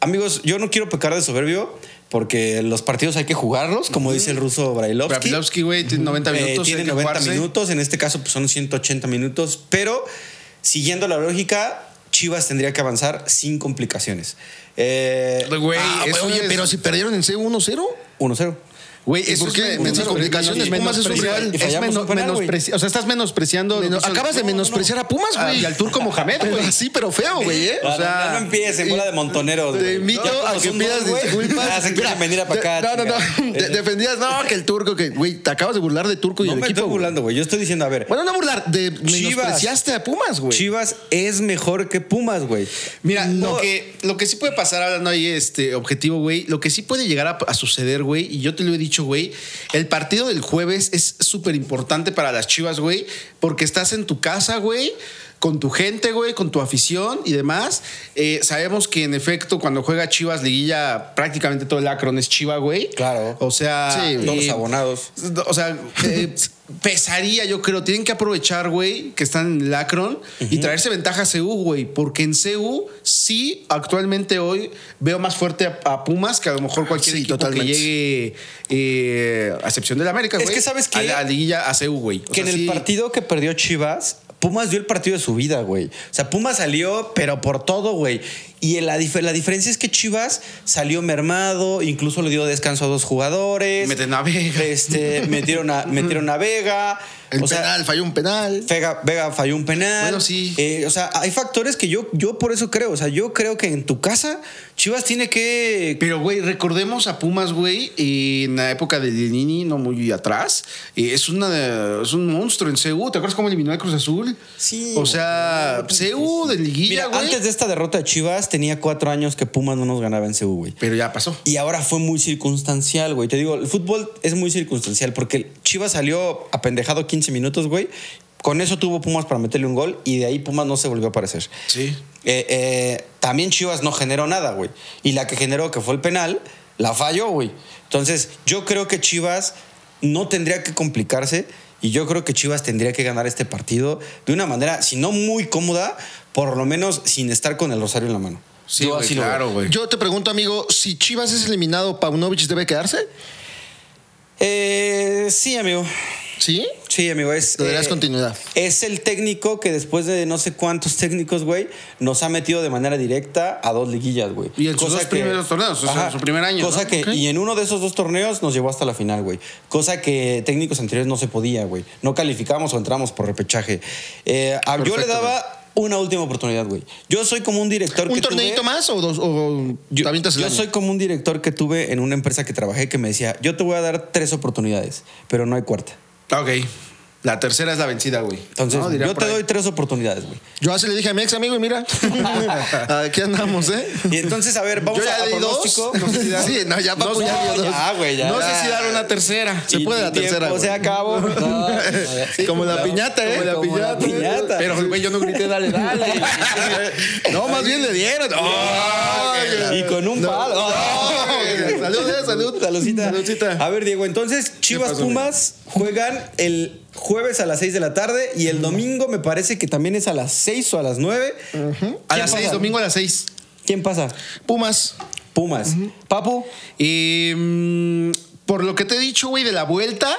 B: Amigos, yo no quiero pecar de soberbio, porque los partidos hay que jugarlos, como dice el ruso Brailovsky.
D: Brailovsky, güey, tiene 90
B: Eh,
D: minutos.
B: tiene
D: hay que
B: 90
D: jugarse.
B: minutos, en este caso pues, son 180 minutos, pero siguiendo la lógica, Chivas tendría que avanzar sin complicaciones. Eh,
D: Güey,
C: Ah, güey,
D: eso
C: oye,
D: es-
C: pero si perdieron en C1-0.
B: 1-0.
D: Güey,
C: ¿Y
D: eso
C: por
D: es
C: qué?
D: men-
C: Menos
D: menos-
C: complicaciones,
D: menos-
C: Pumas es un
D: menospreciar-
C: rival.
B: Y fallamos
D: menos-
B: un penal, güey.
D: menospreci- O sea, estás menospreciando.
C: Menos-
D: lo que hizo-
C: acabas de
D: No, no, no.
C: menospreciar a Pumas,
D: Ah,
C: güey.
D: Y al turco Mohamed, güey.
C: Sí, pero feo, güey, ¿eh?
B: Ah, no, no empiecen, bola de montoneros,
C: Te
B: güey.
C: invito
B: Ya,
C: a
B: como
C: que
B: son dos,
C: pidas
B: güey.
C: disculpas.
B: Ya se quieren
C: Mira,
B: venir para acá,
C: de- No, no, no.
B: chingada. Eh,
C: Te- defendías, no, que el turco, que, güey, te acabas de burlar de turco y
B: No
C: del
B: me
C: equipo.
B: estoy
C: güey.
B: burlando, güey. Yo estoy diciendo, a ver,
C: Bueno, no burlar, de
B: Chivas.
C: menospreciaste a Pumas, güey.
B: Chivas es mejor que Pumas, güey.
D: Mira,
B: No.
D: lo, que, lo que sí puede pasar hablando ahí, este objetivo, güey, lo que sí puede llegar a, a suceder, güey, y yo te lo he dicho, güey, el partido del jueves es súper importante para las chivas, güey, porque estás en tu casa, güey, con tu gente, güey, con tu afición y demás. Eh, sabemos que en efecto, cuando juega Chivas Liguilla, prácticamente todo el acron es Chiva, güey.
B: Claro.
D: O sea,
C: Sí, güey.
B: Todos los
D: eh,
B: abonados.
D: o sea, eh, pesaría, yo creo. Tienen que aprovechar, güey, que están en el Akron y traerse ventaja a CU, güey. Porque en CU sí, actualmente hoy veo más fuerte a, a Pumas que a lo mejor cualquier
C: Sí,
D: equipo
C: totalmente.
D: que llegue, eh, a excepción del América,
B: Es
D: güey.
B: que, ¿sabes qué?
D: A la liguilla a CU, güey. O
B: Que en
D: sea,
B: el
D: sí.
B: partido que perdió Chivas, Pumas dio el partido de su vida, güey. O sea, Pumas salió, pero por todo, güey. Y la, dif- la diferencia es que Chivas salió mermado, incluso le dio descanso a dos jugadores.
D: Meten a Vega. [laughs]
B: Este, metieron a, metieron a Vega.
C: El
B: o sea,
C: penal, falló un penal.
B: Vega, Vega falló un penal.
D: Bueno, sí.
B: Eh, o sea, hay factores que yo, yo por eso creo. O sea, yo creo que en tu casa, Chivas tiene que.
D: Pero, güey, recordemos a Pumas, güey, en la época de Lilini, no muy atrás. eh, es, una, de- es un monstruo en CU. ¿Te acuerdas cómo eliminó el Cruz Azul?
B: Sí,
D: O sea, CU de liguilla,
B: Mira,
D: güey.
B: antes de esta derrota de Chivas, tenía cuatro años que Pumas no nos ganaba en CU, güey.
D: Pero ya pasó.
B: Y ahora fue muy circunstancial, güey. Te digo, el fútbol es muy circunstancial porque Chivas salió apendejado 15 minutos, güey. Con eso tuvo Pumas para meterle un gol y de ahí Pumas no se volvió a aparecer.
D: Sí.
B: Eh, eh, también Chivas no generó nada, güey. Y la que generó, que fue el penal, la falló, güey. Entonces, yo creo que Chivas no tendría que complicarse y yo creo que Chivas tendría que ganar este partido de una manera, si no muy cómoda, por lo menos sin estar con el rosario en la mano.
D: Sí,
B: Yo
D: güey,
B: así lo veo.
D: claro, güey.
C: Yo te pregunto, amigo, si Chivas es eliminado, ¿Paunovic debe quedarse?
B: Eh, sí, amigo.
C: ¿Sí?
B: Sí, amigo, es. eh,
C: Le darás continuidad.
B: Es el técnico que después de no sé cuántos técnicos, güey, nos ha metido de manera directa a dos liguillas, güey.
D: Y en sus dos primeros torneos, o sea, en su primer año,
B: Cosa
D: ¿no?
B: que,
D: Ok.
B: y en uno de esos dos torneos nos llevó hasta la final, güey. Cosa que técnicos anteriores no se podía, güey. No calificamos o entramos por repechaje. Eh, a- yo le
C: Perfecto,
B: daba una última oportunidad, güey. Yo soy como un director que.
C: ¿Un torneito
B: tuve-
C: más o dos? O
B: yo,
C: te avientas el
B: yo
C: año?
B: soy como un director que tuve en una empresa que trabajé que me decía, yo te voy a dar tres oportunidades, pero no hay cuarta.
D: Ok. La tercera es la vencida, güey.
B: Entonces,
D: ¿No? Diría
B: yo
D: por
B: te
D: ahí.
B: doy tres oportunidades, güey.
C: Yo así le dije a mi ex amigo y
B: [laughs]
C: mira, aquí andamos, ¿eh?
B: Y entonces, a
C: [laughs]
B: ver, vamos
C: Yo ya
B: a, a
C: di dos.
B: pronóstico.
C: No [laughs] sé si dar- Sí, no, ya Papu
B: sé-
C: ya dio dos.
B: ya, güey, ya.
C: No
B: Ya.
C: sé si dar una tercera. Se
B: Y
C: puede
B: mi
C: la tercera,
B: tiempo
C: güey. [laughs]
B: se acabó. No, no, no, ya.
C: Sí, como la piñata, ¿eh?
B: Como la piñata.
D: Pero, güey, yo no grité,
C: [laughs]
D: dale, dale.
C: No, más bien le [laughs] dieron. ¡Ay!
B: [laughs] y con un
C: [laughs]
B: palo. [laughs]
C: ¡Ay! Salud, eh, salud.
B: Saludcita.
C: Saludcita. Ah,
B: A ver, Diego, entonces Chivas
D: pasó,
B: Pumas juegan el jueves a las 6 de la tarde y el domingo me parece que también es a las 6 o a las 9.
D: A las seis, domingo a las seis.
B: ¿Quién pasa?
C: Pumas.
B: Pumas. Papu.
D: Y, mm, por lo que te he dicho, güey, de la vuelta,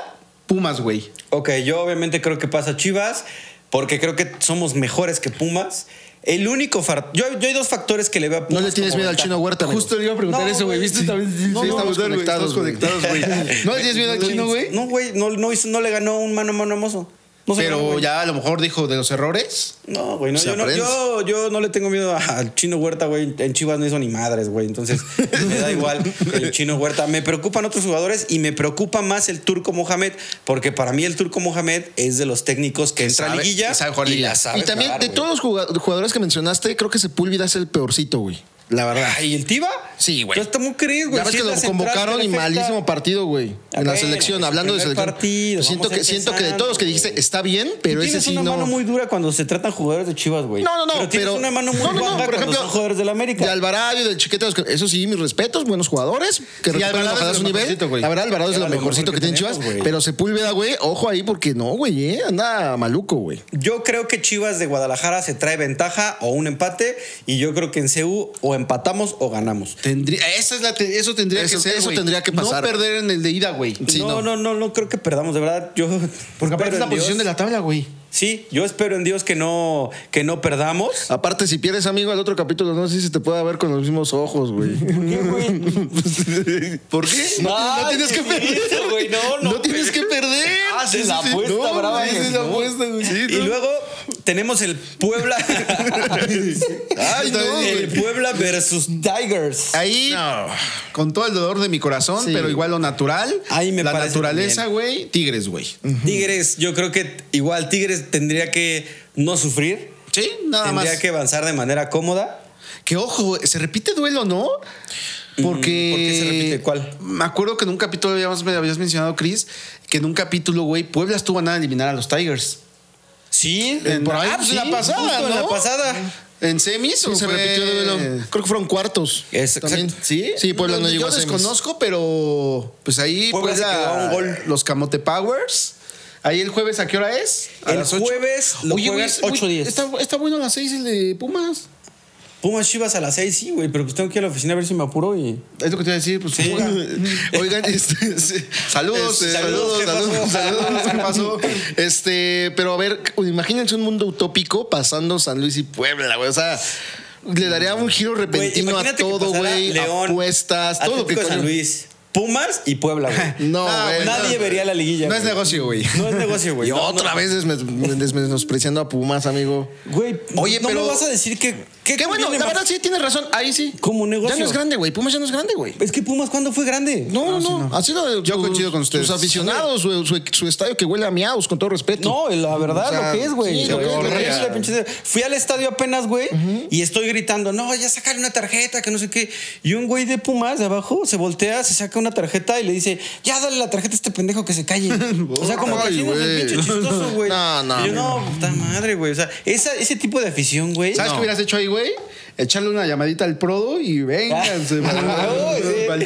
D: Pumas, güey.
B: Ok, yo obviamente creo que pasa Chivas, porque creo que somos mejores que Pumas. El único far- yo, yo hay dos factores que le veo a
C: No
B: Pumas.
C: le tienes
B: como
C: miedo al
B: ventaja.
C: chino Huerta. amigo.
D: le iba a
B: preguntar eso, güey. ¿Viste? También- sí,
D: no,
C: sí,
D: no,
C: estamos
D: estamos
C: conectados,
D: conectados,
C: güey.
D: güey. ¿No le tienes miedo al chino, güey?
B: No, güey, no, no, hizo- no le ganó un mano a mano a Mozo. No se ganó,
D: Pero
B: güey.
D: ya a lo mejor dijo de los errores.
B: No, güey, no,
C: Se
B: yo, no,
C: aprende.
B: yo, yo no le tengo miedo a- al chino Huerta, güey. En Chivas no hizo ni madres, güey. Entonces, me da igual el chino Huerta. Me preocupan otros jugadores y me preocupa más el turco Mohamed, porque para mí el turco Mohamed es de los técnicos que entra a
D: sabe-
B: liguilla
D: que sabe jugar
B: y
D: liguilla.
B: la sabe
C: Y también
B: jugar,
C: de
B: güey.
C: todos los jugado- jugadores que mencionaste, creo que Sepúlveda es el peorcito, güey. La verdad.
B: Ay, el Tiba?
C: Sí, güey.
B: Yo ¿Cómo crees, güey?
C: Ya ves
B: Si
C: que
B: es
C: lo
B: la central
C: convocaron y
B: perfecta.
C: malísimo partido, güey. En la
B: Bueno,
C: selección,
B: es el
C: hablando de
B: primer
C: selección.
B: partido,
C: siento,
B: vamos
C: que, siento que de todos los que dijiste
B: empezando,
C: está bien, pero ese
B: tienes
C: sí
B: una
C: no.
B: mano muy dura cuando se tratan jugadores de Chivas, güey.
C: No, no, no.
B: Pero tienes una mano muy
C: no, no, no,
B: guanga
C: por
B: cuando
C: ejemplo,
B: son jugadores del América.
C: De Alvarado y del Chiquete. los que- Eso sí, mis respetos, buenos jugadores. Que
D: Sí,
C: recuperan
D: Alvarado
C: ojalá
D: es
C: su
D: lo
C: nivel.
D: mejorcito, güey.
C: La verdad, Alvarado es
B: Era
C: lo
B: lo
C: mejorcito
B: mejor
C: que
B: que
C: tiene
B: tenemos,
C: Chivas.
B: güey.
C: Pero Sepúlveda, güey, ojo ahí porque no, güey, eh, anda maluco, güey.
B: Yo creo que Chivas de Guadalajara se trae ventaja o un empate y yo creo que en CU o empatamos o ganamos.
D: Te Tendría, esa es la, te- eso tendría
C: Eso-
D: que ser.
C: eso
D: güey.
C: tendría que pasar.
D: No perder en el de ida, güey.
C: Sí,
B: no,
C: no.
B: no, no, no creo que perdamos, de verdad. Yo
D: Porque
B: espero
D: aparte es la
B: en
D: posición de
B: Dios-
D: la tabla, güey.
B: Sí, yo espero en Dios que no, que no perdamos.
C: Aparte, si pierdes, amigo, al otro capítulo no sé si te pueda ver con los mismos ojos, güey. ¿Por qué? No,
B: Ay,
C: tienes que
B: qué bonito,
C: perder.
B: güey. No, no,
C: No tienes que perder.
B: [laughs] Ah, sí, la apuesta
C: No,
B: brava
C: güey,
B: que
C: es la
B: no.
C: apuesta, güey. Sí,
B: Y
C: no.
B: luego tenemos el Puebla.
C: Ay, no,
B: el
C: güey.
B: Puebla versus Tigers.
D: Ahí, con todo el dolor de mi corazón,
C: Sí.
D: pero igual lo natural.
B: Ahí me
D: la
B: parece
D: naturaleza, güey. Tigres, güey.
B: Tigres, yo creo que igual Tigres tendría que no sufrir.
D: Sí, nada
B: tendría
D: más.
B: que
D: Que...
B: avanzar de manera cómoda.
D: ojo, güey, se repite duelo, ¿no? Porque.
B: Mm, ¿por qué se repite? ¿Cuál?
D: Me acuerdo que en un capítulo ya más me habías mencionado, Chris, que en un capítulo, güey, Puebla estuvo a nada de eliminar a los Tigers.
B: Eh, Sí,
D: En- por ahí, pues, la pasada,
B: justo en la
D: ¿no?
B: pasada.
D: ¿En semis?
C: Sí,
D: o
C: se
D: fue-
C: repitió de duelo. Creo que fueron cuartos.
B: Es-
C: También.
B: exacto.
C: Sí, sí, Puebla no,
D: Yo-
C: llegó a
D: Yo
C: semis.
D: desconozco, pero pues ahí
B: Puebla
D: Puebla,
B: se quedó a un gol.
D: los Camote Powers. Ahí el jueves, ¿a qué hora es? A
B: El
D: las ocho.
B: jueves lo
D: Oye, güey,
B: juegas
D: güey,
B: 8-10.
D: Está, está bueno a las 6 el de Pumas.
B: Pumas Chivas a las 6, sí, güey, pero pues tengo que ir a la oficina a ver si me apuro y.
D: Es lo que te iba a decir.
B: [laughs]
D: Pues,
B: Sí.
D: Oigan, este, sí, saludos,
B: Este, saludos,
D: eh, saludos,
B: ¿qué
D: saludos,
B: pasó?
D: saludos,
B: [laughs]
D: ¿qué pasó?
C: Este, pero a ver, imagínense un mundo utópico pasando San Luis y Puebla, güey. O sea, le daría un giro
B: Güey,
C: repentino a
B: imagínate que
C: todo,
B: pasara
C: güey.
B: León,
C: Apuestas, todo lo que
B: Atlético de San
C: coño.
B: Luis, Pumas y Puebla,
C: [laughs]
B: güey.
C: No,
D: Ah,
C: güey,
B: Nadie
C: no.
B: vería la liguilla.
D: No es
B: güey.
D: negocio, güey.
B: [laughs] No es negocio, güey.
C: Y
B: No, no.
C: otra vez desmes- desmenospreciando a Pumas, amigo.
B: Güey,
C: Oye,
B: no
C: pero-
B: me vas a decir que. que
C: Qué bueno, la
B: conviene más?
C: verdad sí tienes razón. Ahí sí.
B: Como negocio.
C: Ya no es grande, güey. Pumas ya no es grande, güey.
B: Es que Pumas, ¿cuándo fue grande?
C: No, no, no. Ha sido
D: Yo coincido con ustedes.
C: Sus aficionados, su, su- su estadio que huele a miados, con todo respeto. [laughs]
B: No, la verdad,
C: O sea,
B: lo que es, güey.
C: sí,
B: Lo
C: lo
B: que es,
C: que
B: lo que
C: es,
B: es la pinche- Fui al estadio apenas, güey, y estoy gritando, no, ya sacaron una tarjeta, que no sé qué. Y un güey de Pumas de abajo se voltea, se saca una tarjeta y le dice, ya dale la tarjeta a este pendejo que se calle. o sea, como que
C: Ay,
B: así no es el
C: güey.
B: pinche chistoso, güey.
C: No, no,
B: Y yo, no, puta madre, güey. O sea, esa- ese tipo de afición, güey.
D: ¿Sabes
B: no.
D: qué hubieras hecho ahí, güey? Echarle una llamadita al Prodo y
B: [laughs]
D: vénganse.
B: Ah, sí.
D: Para el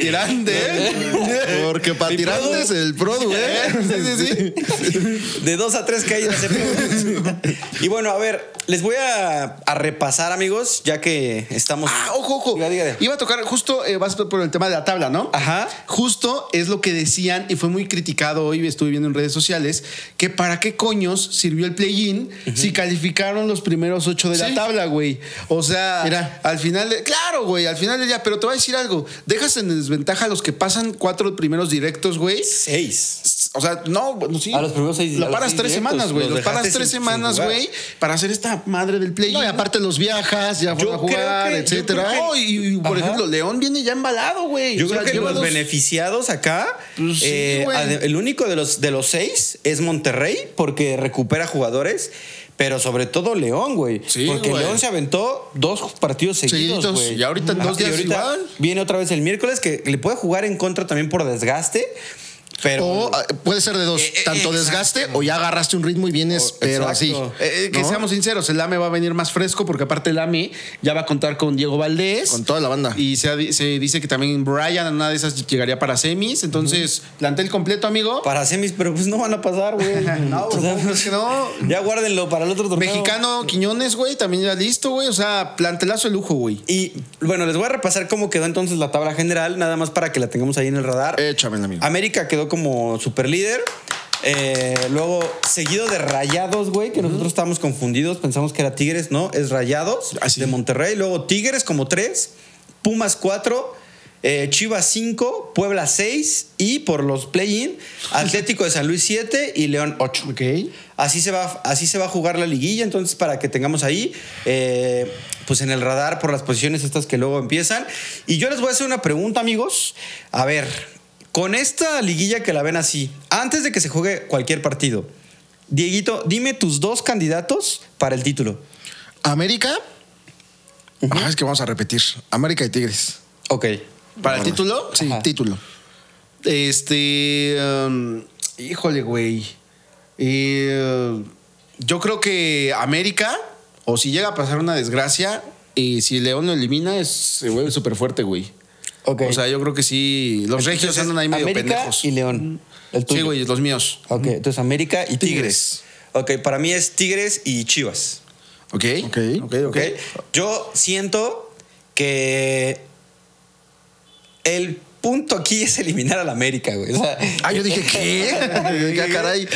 B: [laughs]
D: tirante, ¿eh?
C: Porque para
B: Mi
C: tirantes
B: Produ.
C: el [laughs] Produ, ¿eh?
D: Sí, sí, sí.
B: De dos a tres calles. [laughs] y bueno, a ver, les voy a, a repasar, amigos, ya que estamos.
D: Ah, ojo, ojo.
B: Diga, diga. Ah.
D: Iba a tocar, justo eh, vas por el tema de la tabla, ¿no?
B: Ajá.
D: Justo es lo que decían y fue muy criticado hoy, estuve viendo en redes sociales, que para qué coños sirvió el play-in si calificaron los primeros ocho de la
C: Sí.
D: tabla, güey. O sea,
C: Mira.
D: al final, de- claro, güey, al final del día, pero te voy a decir algo, dejas en desventaja a los que pasan cuatro primeros directos, güey.
B: Seis.
D: O sea, no, bueno, sí.
B: A los primeros seis- a
D: Lo
B: los
D: paras
B: seis
D: tres
B: directos,
D: semanas, güey.
B: los
D: Lo paras
B: dejaste
D: tres
B: sin- sin
D: semanas,
B: jugar.
D: güey, para hacer esta madre del play-in.
C: No, y aparte los viajas, ya
B: Yo
C: fueron a jugar,
B: creo que- yo
C: etcétera.
B: creo
D: No,
B: que-
D: y, y, por
B: Ajá.
D: ejemplo, León viene ya embalado, güey.
B: Yo
D: O sea,
B: creo que
D: lleva
B: los
D: dos-
B: beneficiados acá,
D: Pues sí,
B: eh,
D: güey.
B: ade- el único de los, de los seis es Monterrey, porque recupera jugadores, pero sobre todo León, güey.
D: Sí,
B: porque
D: güey.
B: León se aventó dos partidos seguidos,
D: Seguiditos,
B: güey.
D: y ahorita en
B: Ajá,
D: dos
B: y
D: días
B: ahorita
D: igual.
B: Viene otra vez el miércoles, que le puede jugar en contra también por desgaste, pero...
C: O ah, puede ser de dos,
B: Eh, eh,
C: tanto
B: exacto.
C: desgaste o ya agarraste un ritmo y vienes,
B: O-
C: pero
B: exacto.
C: así.
D: Oh, Eh, eh, que
C: ¿No?
D: seamos sinceros, el AME va a venir más fresco porque aparte el AME ya va a contar con Diego Valdés.
C: Con toda la banda.
D: Y se, ha- se dice que también Brian, en una de esas llegaría para semis. Entonces, plantel completo, amigo.
B: Para semis, pero pues no van a pasar,
D: [laughs]
B: güey.
D: No,
B: O sea,
D: ¿cómo crees que no?
B: [laughs] Ya guárdenlo para el otro torneo.
D: Mexicano Quiñones, güey, también ya listo, güey. O sea, plantelazo de lujo, güey.
B: Y bueno, les voy a repasar cómo quedó entonces la tabla general, nada más para que la tengamos ahí en el radar.
C: Échamela, amigo.
B: América quedó como superlíder. Eh, luego, seguido de Rayados, güey, que nosotros estábamos confundidos, pensamos que era Tigres, ¿no? Es Rayados de Monterrey. Luego Tigres como tres, Pumas cuatro, eh, Chivas cinco, Puebla seis y por los play-in, Atlético de San Luis siete y León ocho.
D: Ok.
B: Así se, va, así se va a jugar la liguilla, entonces para que tengamos ahí, eh, pues en el radar por las posiciones estas que luego empiezan. Y yo les voy a hacer una pregunta, amigos. A ver, con esta liguilla que la ven así, antes de que se juegue cualquier partido, Dieguito, dime tus dos candidatos para el título.
C: América. Ah, es que vamos a repetir. América y Tigres.
B: Ok.
D: ¿Para el título?
C: Sí,
B: Ajá.
C: título.
D: Este. um, híjole, güey. Eh, yo creo que América, o si llega a pasar una desgracia, y si León lo elimina, es- se vuelve súper fuerte, güey.
B: Ok.
D: O sea, yo creo que sí. Los regios
B: Entonces,
D: andan ahí medio
B: América
D: pendejos. Mm.
B: y León. El tuyo.
D: Sí, güey, los míos.
B: Ok, entonces América y Tigres.
D: Tigres.
B: Ok, para mí es Tigres y Chivas.
D: Ok.
C: Ok.
D: Ok, ok.
B: ¿ok? Yo siento que El punto aquí es eliminar al América, güey. O sea,
C: Ah, yo dije, ¿qué? Ya, caray.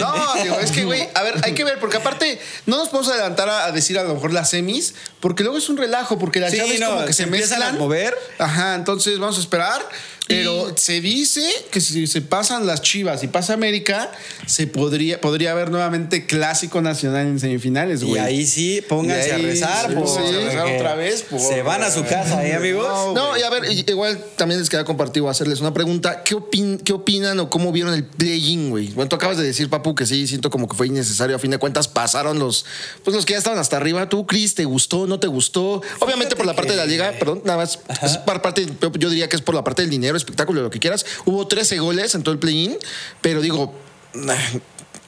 D: "Ah, No, digo, es que, güey, a ver, hay que ver, porque aparte no nos podemos adelantar a, a decir a lo mejor las semis, porque luego es un relajo, porque las
B: [laughs] Sí,
D: llaves
B: no,
D: como que
B: se
D: se,
B: empiezan a
D: mezclan.
B: mover.
D: Ajá, entonces vamos a esperar. Pero se dice que si se pasan las Chivas y pasa América, se podría, podría haber nuevamente clásico nacional en semifinales,
B: y
D: güey.
B: ahí sí, pónganse
D: Y ahí
B: a rezar,
D: sí,
B: por-
D: pónganse a rezar
B: porque
D: otra vez, por-
B: Se van a su casa, ¿eh, amigos?
C: No, y a ver, y- igual también les quería compartir o hacerles una pregunta. ¿Qué, opin- qué opinan o cómo vieron el play-in, güey? Bueno, tú acabas de decir, Papu, que sí, siento como que fue innecesario. A fin de cuentas, pasaron los pues los que ya estaban hasta arriba. ¿Tú, Chris, te gustó, no te gustó? Obviamente por la parte de la liga, perdón, nada más. es por parte, yo- yo diría que es por la parte del dinero, espectáculo, lo que quieras. Hubo 13 goles en todo el play-in, pero digo,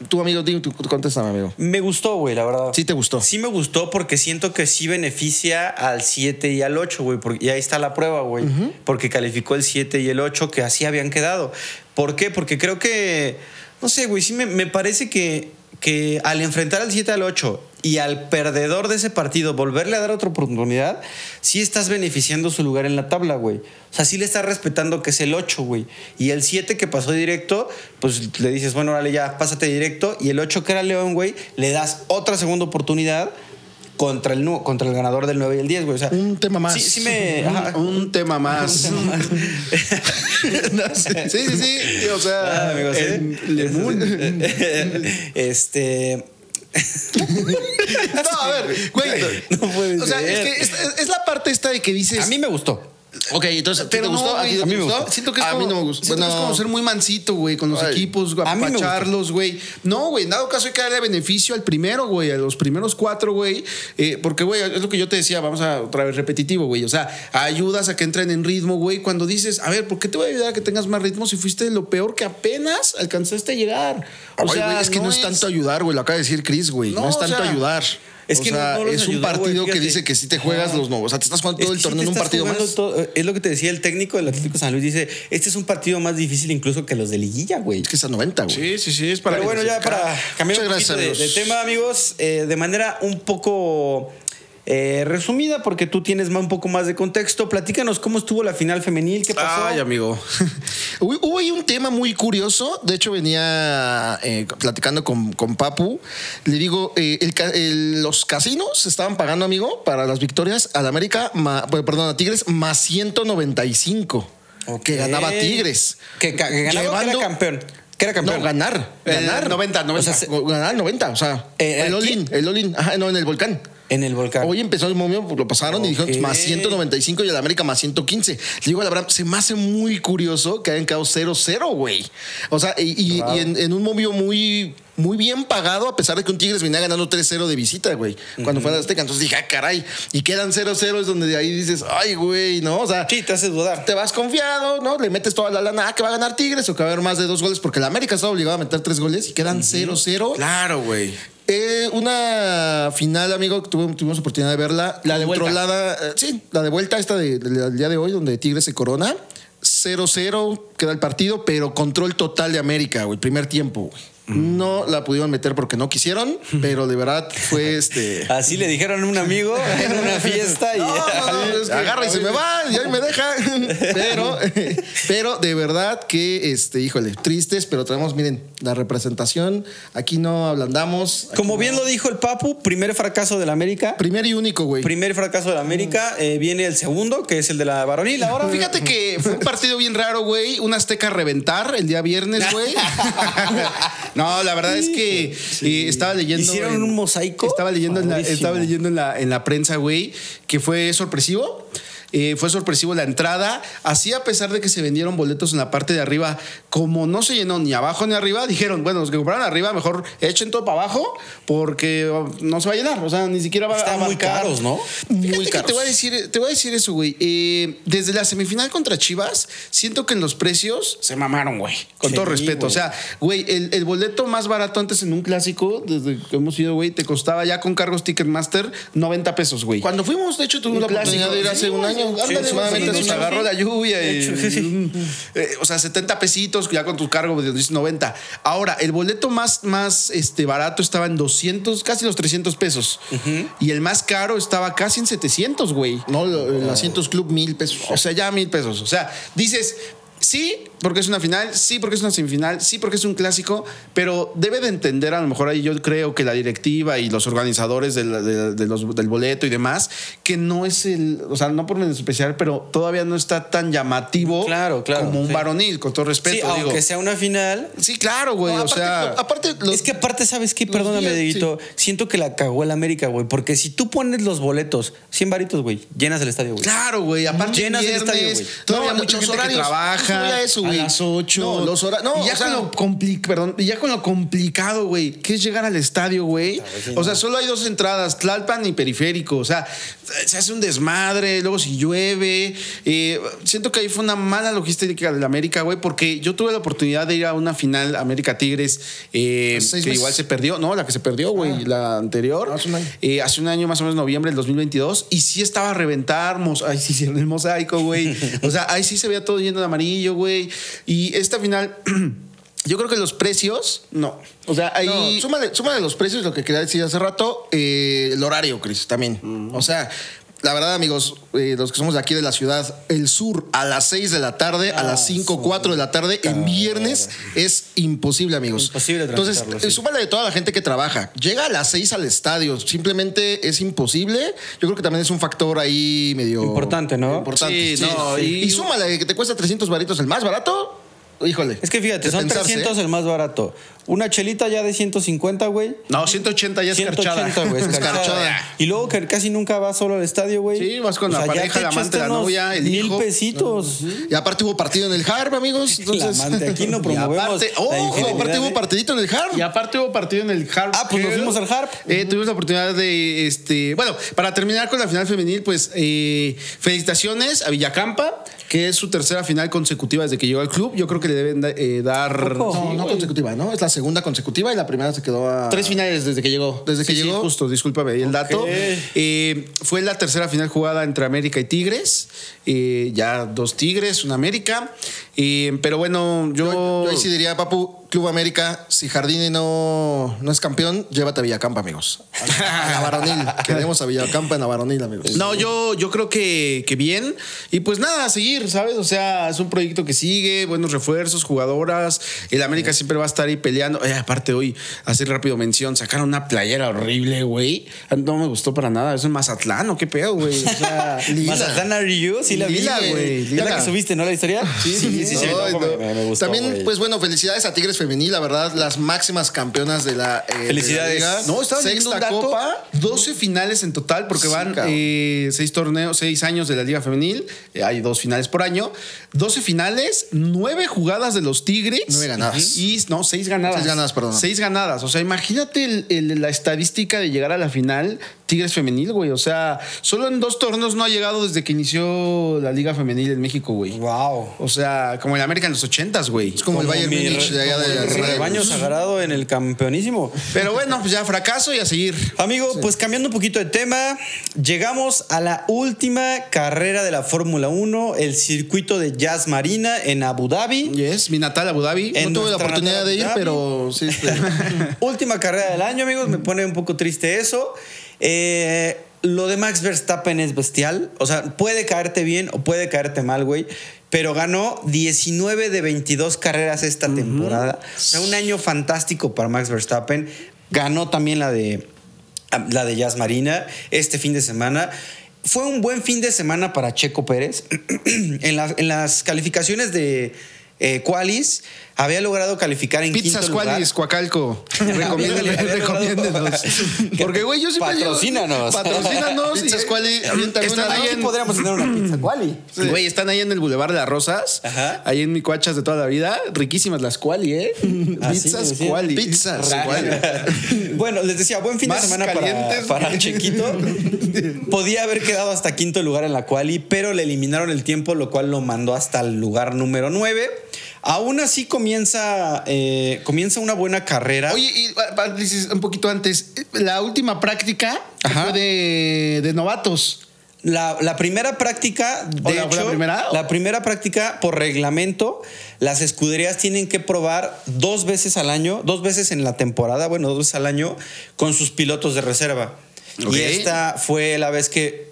C: tu amigo, dime, tú contéstame, amigo.
B: Me gustó, güey, la verdad.
C: Sí te gustó.
B: Sí me gustó porque siento que sí beneficia al 7 y al 8, güey. porque- Y ahí está la prueba, güey. Porque calificó el 7 y el 8 que así habían quedado. ¿Por qué? Porque creo que, no sé, güey, sí me, me parece que, que al enfrentar al 7 al 8 y al perdedor de ese partido volverle a dar otra oportunidad, sí estás beneficiando su lugar en la tabla, güey. O sea, sí le estás respetando que es el 8, güey. Y el 7 que pasó directo, pues le dices, bueno, órale, ya, pásate directo. Y el 8 que era León, güey, le das otra segunda oportunidad contra el, nu- contra el ganador del 9 y el 10, güey. O sea,
C: Un tema más.
B: Sí, sí me...
D: Un-
B: ajá.
D: un tema más. [laughs]
B: [laughs]
D: Sí, sí, sí. O sea,
B: [laughs] Ah, amigos, sí.
D: en Le Moon.
B: [laughs] este...
D: No, a ver, güey.
B: No puede
D: O sea,
B: ser.
D: es que es, es- es la parte esta de que dices.
B: A mí me gustó.
C: Ok, entonces, ¿a ti
D: pero
C: ¿te
D: no,
C: gustó? ¿A ti
D: güey,
C: no
D: a
C: te
D: mí me
C: gustó?
D: gustó. Siento que es
C: a
D: como,
C: mí no me gustó.
D: siento que es
C: Bueno,
D: como ser muy mansito, güey, con los
C: Ay.
D: equipos,
B: A mí me gustó.
D: apapacharlos, güey. No, güey, en dado caso hay que darle beneficio al primero, güey, a los primeros cuatro, güey. Eh, porque, güey, es lo que yo te decía, vamos a otra vez repetitivo, güey. O sea, ayudas a que entren en ritmo, güey. Cuando dices, a ver, ¿por qué te voy a ayudar a que tengas más ritmo si fuiste lo peor que apenas alcanzaste a llegar? O
C: Ay,
D: sea,
C: güey, es que no, es tanto ayudar, güey. Lo acaba de decir Chris, güey. No,
D: No,
C: es
D: o
C: tanto
D: sea,
C: ayudar.
B: es
C: O
B: que no-
C: sea,
B: no los
C: es un
B: ayudó, güey,
C: partido que
B: fíjate.
C: dice que si te juegas los no. O sea, te estás jugando todo el
B: Es que sí
C: torneo
B: te
C: en un
B: estás
C: partido más.
B: jugando todo- es lo que te decía el técnico del Atlético San Luis. Dice, este es un partido más difícil incluso que los de liguilla, güey.
C: Es que es a 90, güey.
D: Sí, sí, sí, es para
B: Pero bueno, ya para cambiar un
C: Ah, Muchas
B: poquito de,
C: gracias,
B: de tema, amigos, eh, de manera un poco eh, resumida, porque tú tienes más- un poco más de contexto, platícanos cómo estuvo la final femenil, qué pasó.
D: Ay, amigo.
C: [laughs] Hubo hubo ahí un tema muy curioso. De hecho, venía eh, platicando con, con Papu. Le digo, eh, el ca- el- los casinos estaban pagando, amigo, para las victorias al América, ma- eh, perdón, a Tigres, más 195. Que ganaba Tigres.
B: Que, ca- que ganaba o que
C: Llevando-
B: era campeón. Que era campeón.
C: No, ganar.
D: El
C: Ganar.
D: 90, 90.
C: O sea, se- ganar 90. O sea,
B: Eh,
C: el
B: aquí-
C: Olin. El Olin. Ajá, no, en el volcán.
B: En el volcán.
C: Hoy empezó el momio, lo pasaron y
B: Ok.
C: dijeron más 195 y el América más 115. Le digo, la verdad, se me hace muy curioso que hayan quedado 0-0, güey. O sea, y, y- y en, en un momio muy, muy bien pagado, a pesar de que un Tigres venía ganando 3-0 de visita, güey, cuando fue a la Azteca. Entonces dije, ah, caray, y quedan 0-0, es donde de ahí dices, ay, güey, ¿no? O sea,
B: Sí, te hace dudar.
C: te vas confiado, ¿no? Le metes toda la lana ah, que va a ganar Tigres o que va a haber más de dos goles, porque el América está obligado a meter tres goles y quedan 0-0.
D: Claro, güey.
C: Eh, una final, amigo, que tuve- tuvimos oportunidad de verla. La
B: de vuelta.
C: controlada, eh, sí, la de vuelta, esta de- de- del día de hoy, donde Tigres se corona. 0-0 queda el partido, pero control total de América, güey. Primer tiempo, güey. No la pudieron meter porque no [laughs] quisieron, pero de verdad fue este. [laughs]
B: Así le dijeron a un amigo en una fiesta y.
C: No, no, no, es que agarra y se me va y ahí me deja. [laughs] Pero, [laughs] pero de verdad que, este, híjole, tristes, pero traemos, miren, la representación. Aquí no ablandamos.
B: Como bien lo dijo el Papu, primer fracaso de la América.
C: Primer y único, güey.
B: Primer fracaso de la América.
C: Mm.
B: eh, viene el segundo, que es el de la varonil. Ahora,
D: Ahora, fíjate que Eh, fue un
C: [laughs]
D: partido bien raro, güey. Un Azteca a reventar el día viernes, güey. no, la verdad es que eh, estaba leyendo.
B: ¿Hicieron un mosaico?
D: Estaba leyendo, en la,
B: Padrísimo.
D: estaba leyendo en la, en la prensa, güey, que fue sorpresivo. Eh, fue sorpresivo la entrada. Así, a pesar de que se vendieron boletos en la parte de arriba, como no se llenó ni abajo ni arriba, dijeron: Bueno, los que compraron arriba, mejor echen todo para abajo porque oh, no se va a llenar. O sea, ni siquiera va a
B: Están muy
D: abarcar.
B: caros, ¿no?
D: Fíjate
C: Muy
D: que
C: caros.
D: Te voy a decir, te voy a decir eso, güey. Eh, desde la semifinal contra Chivas, siento que en los precios se mamaron, güey. Con
B: Sí,
D: todo respeto.
B: güey.
D: O sea, güey, el, el boleto más barato antes en un clásico, desde que hemos ido, güey, te costaba ya con cargos Ticketmaster 90 pesos, güey.
C: Cuando fuimos, de hecho, tuvimos
D: Un
C: la oportunidad
D: clásico.
C: de ir hace
D: Sí,
C: un
D: güey,
C: año, año.
D: Sí,
C: Ándale,
D: sí,
C: más o
D: sí,
C: menos
D: nos
C: un año.
D: agarró la lluvia.
B: De
D: y-
B: hecho, sí, sí.
D: Mm. Eh, o sea, 70 pesitos ya con tu cargo, de 90. Ahora, el boleto más, más este, barato estaba en 200, casi los 300 pesos. Y el más caro estaba casi en 700, güey. Ah.
C: No, lo- el asientos club, mil pesos.
D: O sea, ya mil pesos. O sea, dices, sí, porque es una final, sí, porque es una semifinal, sí, porque es un clásico, pero debe de entender, a lo mejor ahí yo creo que la directiva y los organizadores de la- de- de los- del boleto y demás, que no es el, o sea, no por especial, pero todavía no está tan llamativo
B: Claro, claro,
D: como un
B: sí.
D: varonil, con todo respeto.
B: sí,
D: digo.
B: aunque sea una final.
D: Sí, claro, güey,
C: No,
D: o
C: aparte,
D: sea...
C: lo- aparte los-
B: es que aparte, ¿sabes qué?
C: los
B: Perdóname,
C: días,
B: Dieguito. Siento que la cagó el América, güey. Porque si tú pones los boletos, 100 varitos, güey, llenas el estadio, güey.
D: Claro, güey. Aparte,
B: Llenas el
D: viernes,
B: estadio, güey.
D: todavía
C: No,
D: mucha
C: los
D: gente que
C: horarios.
D: trabaja.
C: Voy a eso, güey.
D: las 8.
C: No, los hora- no,
D: y ya
C: o sea-
D: con lo compli- perdón, y ya con lo complicado, güey, que es llegar al estadio, güey. O sea, solo hay dos entradas, Tlalpan y Periférico. O sea, se hace un desmadre, luego si llueve. Eh, siento que ahí fue una mala logística de la América, güey, porque yo tuve la oportunidad de ir a una final América Tigres eh,
C: Hace
D: que
C: seis meses.
D: igual se perdió. No, la que se perdió, güey, la anterior.
C: Ah. Hace un año.
D: Eh, hace un año más o menos, noviembre del 2022, y sí estaba a reventar, mos- ahí sí hicieron el mosaico,
C: [laughs]
D: güey. O sea, ahí sí se veía todo yendo de amarillo, güey. Y esta final, [clears throat] yo creo que los precios, no. O sea, ahí...
C: No, súmale, súmale los precios, lo que quería decir hace rato, eh, el horario, Cris, también. O sea, la verdad, amigos, eh, los que somos de aquí de la ciudad, el sur a las 6 de la tarde, a
B: Ah,
C: las 5, 4 de la tarde, en viernes es imposible, amigos.
B: Imposible
C: Entonces,
B: transitarlo,
C: eh,
B: sí.
C: súmale de toda la gente que trabaja. Llega a las 6 al estadio, simplemente es imposible. Yo creo que también es un factor ahí medio...
B: Importante, ¿no?
C: Importante,
D: Sí, no,
C: Y,
D: y-
C: súmale que te cuesta 300 varitos el más barato. Híjole.
B: Es que fíjate,
C: de
B: son
C: pensarse, ¿eh?
B: 300 el más barato. Una chelita ya de 150, güey.
D: no, 180 ya es
B: 180,
D: carchada. [laughs]
B: güey, escarchada.
C: Escarchada.
B: Y luego que casi nunca vas solo al estadio, güey.
D: Sí, vas con la
B: ya
D: pareja,
B: te
D: la amante, la
B: echaste unos
D: novia, el
B: mil
D: hijo.
B: pesitos.
C: Y aparte hubo partido en el Harp, amigos. Entonces,
B: [laughs] La amante, aquí no
C: Y [laughs]
B: promovemos
C: aparte-
B: la
C: ojo,
B: infidelidad,
C: aparte hubo
B: ¿eh?
C: partidito en el Harp.
D: Y aparte hubo partido en el Harp.
B: Ah, pues nos
D: Hell.
B: fuimos al Harp.
D: Eh, tuvimos la oportunidad de, este, bueno, para terminar con la final femenil, pues eh, felicitaciones a Villacampa, que es su tercera final consecutiva desde que llegó al club. Yo creo que le deben da- eh, dar
B: Ojo.
C: No, no consecutiva, ¿no? Es la segunda consecutiva y la primera se quedó a.
D: Tres finales desde que llegó. Desde que
C: Sí, sí,
D: llegó. justo, discúlpame ahí el dato. Eh, fue la tercera final jugada entre América y Tigres. Eh, ya dos Tigres, una América. Eh, pero bueno, yo.
C: Yo ahí sí diría, Papu, Club América, si Jardine no, no es campeón, llévate a Villacampa, amigos. A la
B: [laughs]
C: varonil. Queremos a Villacampa en la varonil, amigos.
D: Pues No, yo, yo creo que, que bien. Y pues nada, a seguir, ¿sabes? O sea, es un proyecto que sigue, buenos refuerzos, jugadoras. El América siempre va a estar ahí peleando. Eh, aparte, hoy, hacer rápido mención, sacaron una playera horrible, güey. No me gustó para nada. Es un Mazatlán, ¿o qué pedo, güey? O
C: [laughs]
D: sea,
C: Lila.
B: Mazatlán Are You, sí la vi,
D: Lila, güey,
B: ¿Es la
D: lila.
B: que subiste, no, la historia? Sí, sí, sí. sí,
C: Ay,
B: no,
C: no.
B: me- me- me gustó,
C: También,
B: güey.
C: pues bueno, felicidades a Tigres Femenil, la verdad, las máximas campeonas de la. eh, de la
B: Felicidades.
C: liga.
D: No, estaba leyendo un
C: Sexta
D: dato,
C: copa.
D: 12 finales en total, porque
C: Sí,
D: van
C: cabrón.
D: eh, seis torneos, seis años de la Liga Femenil. eh, hay dos finales por año. 12 finales, nueve jugadas de los Tigres.
C: Nueve ganadas.
D: Y no, seis ganadas.
C: Seis ganadas, perdón.
D: Seis ganadas. O sea, imagínate el- el- la estadística de llegar a la final Tigres Femenil, güey. O sea, solo en dos torneos no ha llegado desde que inició la Liga Femenil en México, güey.
B: Wow.
D: O sea, como el América en los 80s, güey.
C: Es como, el Bayern
B: mi
C: Múnich
B: re-
C: de allá de
B: como el
C: las
B: rebaño sagrado en el campeonísimo.
D: Pero bueno, pues ya fracaso y a seguir.
B: Amigo, pues cambiando un poquito de tema, llegamos a la última carrera de la Fórmula 1, el circuito de Jazz Marina en Abu Dhabi.
D: Yes, mi natal Abu Dhabi.
B: En
C: No tuve la
B: nuestra
C: oportunidad de ir,
B: natal
C: pero sí. este,
B: [laughs] Última carrera del año, amigos. Me pone un poco triste eso. Eh, lo de Max Verstappen es bestial. O sea, puede caerte bien o puede caerte mal, güey. Pero ganó 19 de 22 carreras esta temporada. O sea, un año fantástico para Max Verstappen. Ganó también la de, la de Jazz Marina este fin de semana. Fue un buen fin de semana para Checo Pérez. [clears throat] en, la- en las calificaciones de eh, Qualis, había logrado calificar en
D: Pizzas
B: quinto lugar.
D: Cualis, Coacalco. Recomiéndenos.
B: Había logrado-
D: recomiéndenos. Porque, güey, yo siempre. llego-
B: Patrocínanos.
D: Patrocínanos.
C: Pizzas
D: y- [laughs]
C: Qualis, aviéntame
D: Están
C: una,
D: ahí
C: ¿no?
D: en-
B: podríamos tener una pizza quali.
D: Sí. Güey, están ahí en el Boulevard de las Rosas.
B: Ajá.
D: Ahí en mi cuachas de toda la vida. Riquísimas las Quali, ¿eh?
B: Así
D: Pizzas
B: decía.
D: Quali.
C: Pizzas Quali.
B: [laughs] bueno, les decía, buen fin
D: Más
B: de semana para,
D: calientes.
B: para Chequito. [laughs] Podía haber quedado hasta quinto lugar en la quali, pero le eliminaron el tiempo, lo cual lo mandó hasta el lugar número 9. Aún así comienza, eh, comienza una buena carrera.
D: [laughs] Oye, y ah, ah, dices un poquito antes, la última práctica fue de, de novatos.
B: La, la primera práctica, de
D: ¿O la-
B: hecho,
D: la primera?
B: la primera práctica por reglamento, las escuderías tienen que probar dos veces al año, dos veces en la temporada, bueno, dos veces al año, con sus pilotos de reserva.
D: Ok.
B: Y esta fue la vez que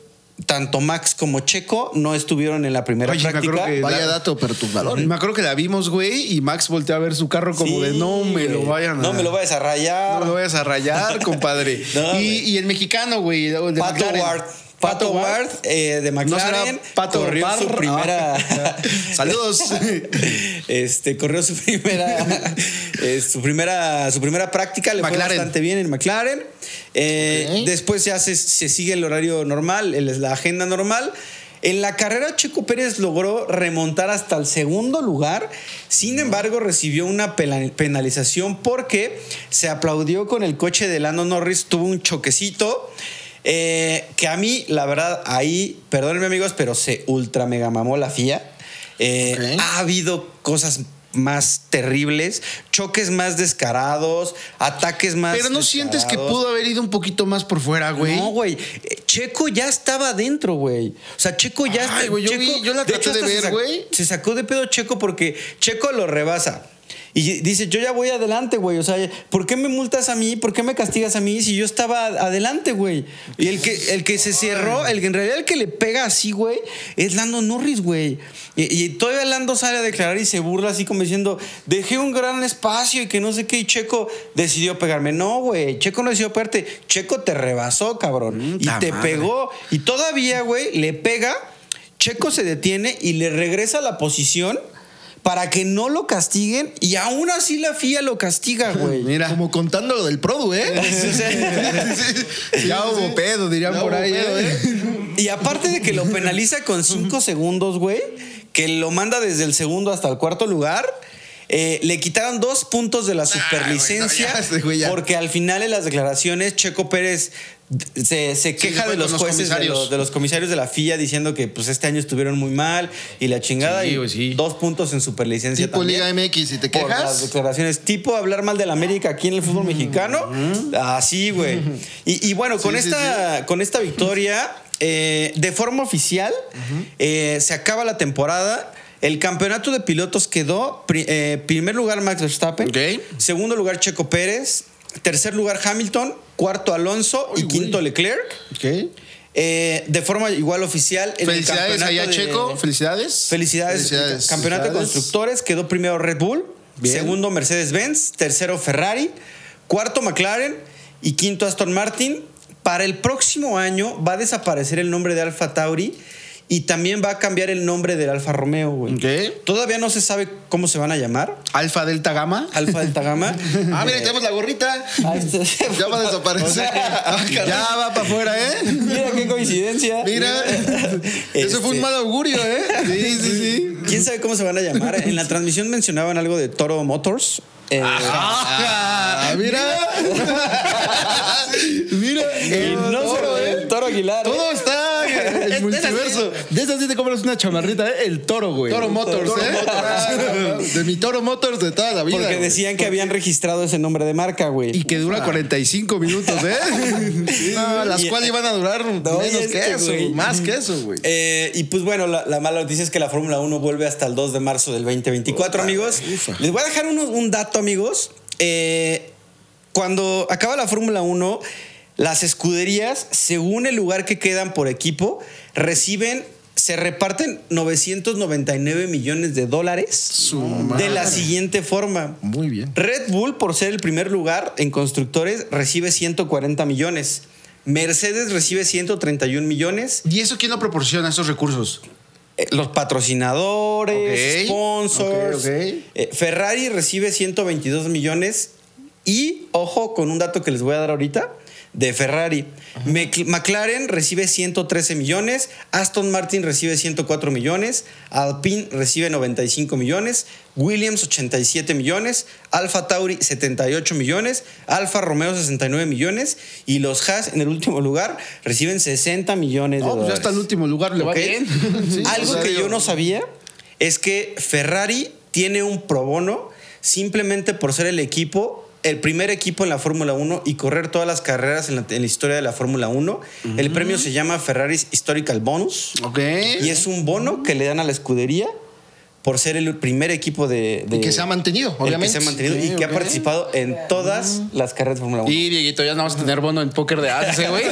B: tanto Max como Checo no estuvieron en la primera
D: Oye, me acuerdo
B: práctica.
D: que-
C: Vaya dato perturbador.
D: Me acuerdo que la vimos, güey, y Max volteó a ver su carro como de
B: Sí,
D: no me
B: güey.
D: lo vayan a.
B: No me lo vayas a rayar.
D: No me lo vayas a
B: [laughs]
D: rayar, compadre.
B: No,
D: y,
B: güey.
D: y el mexicano, güey. el de
B: Pato
D: McLaren.
B: Ward. Pato Ward eh, de McLaren
D: será Pato
B: corrió su
D: Parra?
B: primera.
D: [laughs] Saludos.
B: [laughs] este corrió su primera, [laughs] eh, su primera, su primera práctica. Le fue
D: McLaren.
B: bastante bien en McLaren. Eh,
C: Ok.
B: Después se hace, se sigue el horario normal, el- la agenda normal. En la carrera, Checo Pérez logró remontar hasta el segundo lugar. Sin embargo, recibió una pela- penalización porque se aplaudió con el coche de Lando Norris. Tuvo un choquecito. eh, que a mí, la verdad, ahí, perdónenme amigos, pero se ultra mega mamó la FIA. Eh,
C: Ok.
B: Ha habido cosas más terribles, choques más descarados, ataques más.
D: Pero no sientes que
B: descarados.
D: pudo haber ido un poquito más por fuera, güey.
B: Ah, No, güey. Eh, Checo ya estaba adentro, güey. O sea, Checo ya.
D: Ay, güey, yo
B: Checo-
D: vi- yo la traté
B: hecho,
D: de
B: hasta se
D: ver,
B: sac-
D: güey.
B: Se sacó de pedo Checo porque Checo lo rebasa. Y dice, yo ya voy adelante, güey. O sea, ¿por qué me multas a mí? ¿Por qué me castigas a mí si yo estaba ad- adelante, güey? Y el que, el que se cerró, el que en realidad el que le pega así, güey, es Lando Norris, güey. Y, y todavía Lando sale a declarar y se burla así como diciendo, dejé un gran espacio y que no sé qué. Y Checo decidió pegarme. No, güey, Checo no decidió pegarte. Checo te rebasó, cabrón. Y
D: ta
B: te
D: madre.
B: pegó. Y todavía, güey, le pega. Checo se detiene y le regresa a la posición para que no lo castiguen y aún así la FIA lo castiga, güey.
D: [laughs] Mira.
C: Como contando lo del Produ,
D: [laughs]
C: ¿eh?
B: O sea,
D: ya hubo pedo, dirían
C: Ya
D: por
C: hubo
D: ahí.
C: pedo,
D: ¿eh?
B: [laughs] y aparte de que lo penaliza con 5 segundos, güey, que lo manda desde el segundo hasta el cuarto lugar. eh, le quitaron dos puntos de la superlicencia
D: güey, no, ya, este güey ya.
B: porque al final en las declaraciones Checo Pérez d- se, se queja de
D: fue con
B: los
D: los
B: jueces, de
D: comisarios.
B: los, de los comisarios de la FIA diciendo que pues este año estuvieron muy mal y la chingada
D: Sí,
B: y
D: güey, sí.
B: dos puntos en superlicencia
C: Tipo
B: también.
C: Liga MX, si te
B: por las
C: quejas.
B: declaraciones tipo hablar mal de la América aquí en el fútbol mexicano así
D: [laughs]
B: güey y, y bueno con
D: Mm. Sí, sí,
B: esta con esta victoria eh, de forma oficial eh, se acaba la temporada el campeonato de pilotos quedó pri- eh, primer lugar Max Verstappen
D: Ok.
B: segundo lugar Checo Pérez tercer lugar Hamilton cuarto Alonso y quinto Leclerc
D: Ok.
B: Eh, de forma igual oficial en el
D: Felicidades
B: campeonato
D: allá,
B: de-
D: Checo. Felicidades.
B: Felicidades. Campeonato de
D: Felicidades.
B: constructores. Quedó primero Red Bull.
D: Bien.
B: Segundo Mercedes-Benz. Tercero Ferrari. Cuarto McLaren. Y quinto Aston Martin. Para el próximo año va a desaparecer el nombre de Alfa Tauri. Y también va a cambiar el nombre del Alfa Romeo, güey.
D: Ok.
B: Todavía no se sabe cómo se van a llamar.
D: Alfa Delta Gamma.
B: Alfa Delta Gama.
C: [laughs]
B: Ah, este
C: Ah, mira, tenemos la gorrita.
B: Ahí está.
C: Ya
D: [laughs]
C: va a desaparecer.
B: [laughs]
C: Ah, caray.
D: ya va para afuera, ¿eh?
B: Mira qué coincidencia. [laughs]
C: Mira, eso fue
B: Este-
C: un mal augurio, ¿eh? Sí, sí, sí.
B: ¿Quién sabe cómo se van a llamar? En la transmisión mencionaban algo de Toro Motors. Eh,
D: Ah,
C: mira.
D: [laughs] Mira,
B: y
D: el
B: no
D: toro,
B: solo
D: ¿eh?
B: el Toro Aguilar.
D: Todo está en
B: Es-
D: el
B: es
D: multiverso. De esas sí te compras una chamarrita, ¿eh? El toro, güey.
C: Toro Motors,
D: Toro
C: ¿eh?
D: Motors.
C: De mi Toro Motors de toda la vida.
B: Porque
C: güey.
B: decían que habían registrado ese nombre de marca, güey.
D: Y que dura 45 minutos, ¿eh?
C: No, las
B: Y-
C: cuales iban a [laughs] durar menos
B: es que,
C: que eso,
B: güey.
C: más que eso, este güey.
B: Eh, y pues bueno, la, la mala noticia es que la Fórmula 1 vuelve hasta el 2 de marzo del 2024, amigos. Les voy a dejar unos- un dato, amigos. Eh, cuando acaba la Fórmula 1, las escuderías, según el lugar que quedan por equipo, reciben, se reparten 999 millones de dólares de la siguiente forma.
C: Muy bien.
B: Red Bull, por ser el primer lugar en constructores, recibe 140 millones. Mercedes recibe 131 millones.
D: ¿Y eso quién no proporciona esos recursos?
B: Eh, Los patrocinadores,
D: Ok,
B: sponsors.
D: ok, ok.
B: Eh, Ferrari recibe 122 millones. Y ojo con un dato que les voy a dar ahorita de Ferrari. Mc- McLaren recibe 113 millones. Aston Martin recibe 104 millones. Alpine recibe 95 millones. Williams 87 millones. Alfa Tauri 78 millones. Alfa Romeo 69 millones. Y los Haas en el último lugar reciben 60 millones de
D: No, pues ya
B: dólares.
D: hasta el último lugar le va
C: [laughs]
B: Ok. [laughs]
D: bien. Sí,
C: pues,
B: Algo
D: o sea,
B: que
D: digo,
B: yo no sabía es que Ferrari tiene un pro bono simplemente por ser el equipo el primer equipo en la Fórmula 1 y correr todas las carreras en la, en la historia de la Fórmula 1. El premio se llama Ferraris Historical Bonus.
D: Ok.
B: Y es un bono que le dan a la escudería por ser el primer equipo de. de-
C: Y que se ha mantenido,
B: el
C: obviamente.
B: Que se ha mantenido y
C: Sí,
B: que
C: ok.
B: ha participado en todas las carreras de Fórmula
C: [laughs]
B: 1.
D: Y Dieguito, ya no vas a tener bono en póker de as,
C: ¿eh,
B: [laughs]
D: ese güey.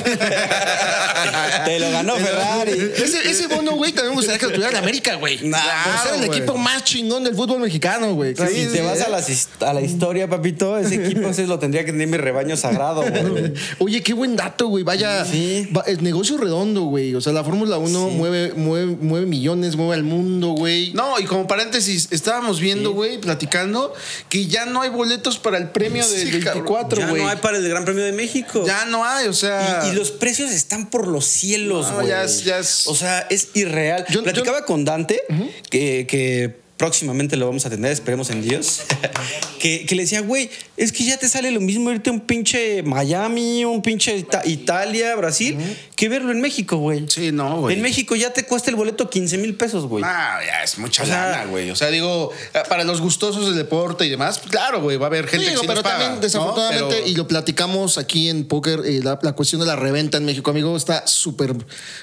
B: Te lo
C: [laughs]
B: ganó Ferrari.
C: Ese, ese bono, güey, también me gustaría que lo tuviera en América, güey.
B: Nah,
C: Por ser el
D: güey.
C: equipo más chingón del fútbol mexicano, güey.
B: si
C: Sí,
B: te
C: sí,
B: vas
C: eh.
B: a, las his- a la historia, papito, ese equipo entonces lo tendría que tener mi rebaño sagrado, güey.
D: [laughs]
C: Oye, qué buen dato, güey. Vaya,
B: Sí.
C: va- es negocio redondo, güey. O sea, la Fórmula 1 mueve, mueve, mueve millones, mueve al mundo, güey.
D: No, y como paréntesis, estábamos viendo, güey, platicando, que ya no hay boletos para el premio de
C: Sí, cabrón.
D: 24,
B: Ya
D: güey.
B: no hay para el Gran Premio de México.
D: Ya no hay, o sea.
B: Y, y los precios están por los cielos,
D: No,
B: güey.
D: ya es- ya es-
B: O sea, es irreal.
C: Yo-
B: Platicaba con Dante, que, que próximamente lo vamos a tener, esperemos en Dios, [laughs] que, que le decía, güey, es que ya te sale lo mismo irte a un pinche Miami, un pinche Ita- Italia, Brasil, que verlo en México, güey.
D: Sí, no, güey.
B: En México ya te cuesta el boleto 15 mil pesos, güey.
D: Ah, ya es mucha
B: O sea,
D: lana, güey. O sea, digo, eh, para los gustosos del deporte y demás, claro, güey, va a haber gente
C: Digo,
D: que sí
C: pero
D: nos paga,
C: también
D: ¿no?
C: desafortunadamente,
D: Pero-
C: y lo platicamos aquí en póker, eh, la, la cuestión de la reventa en México, amigo, está súper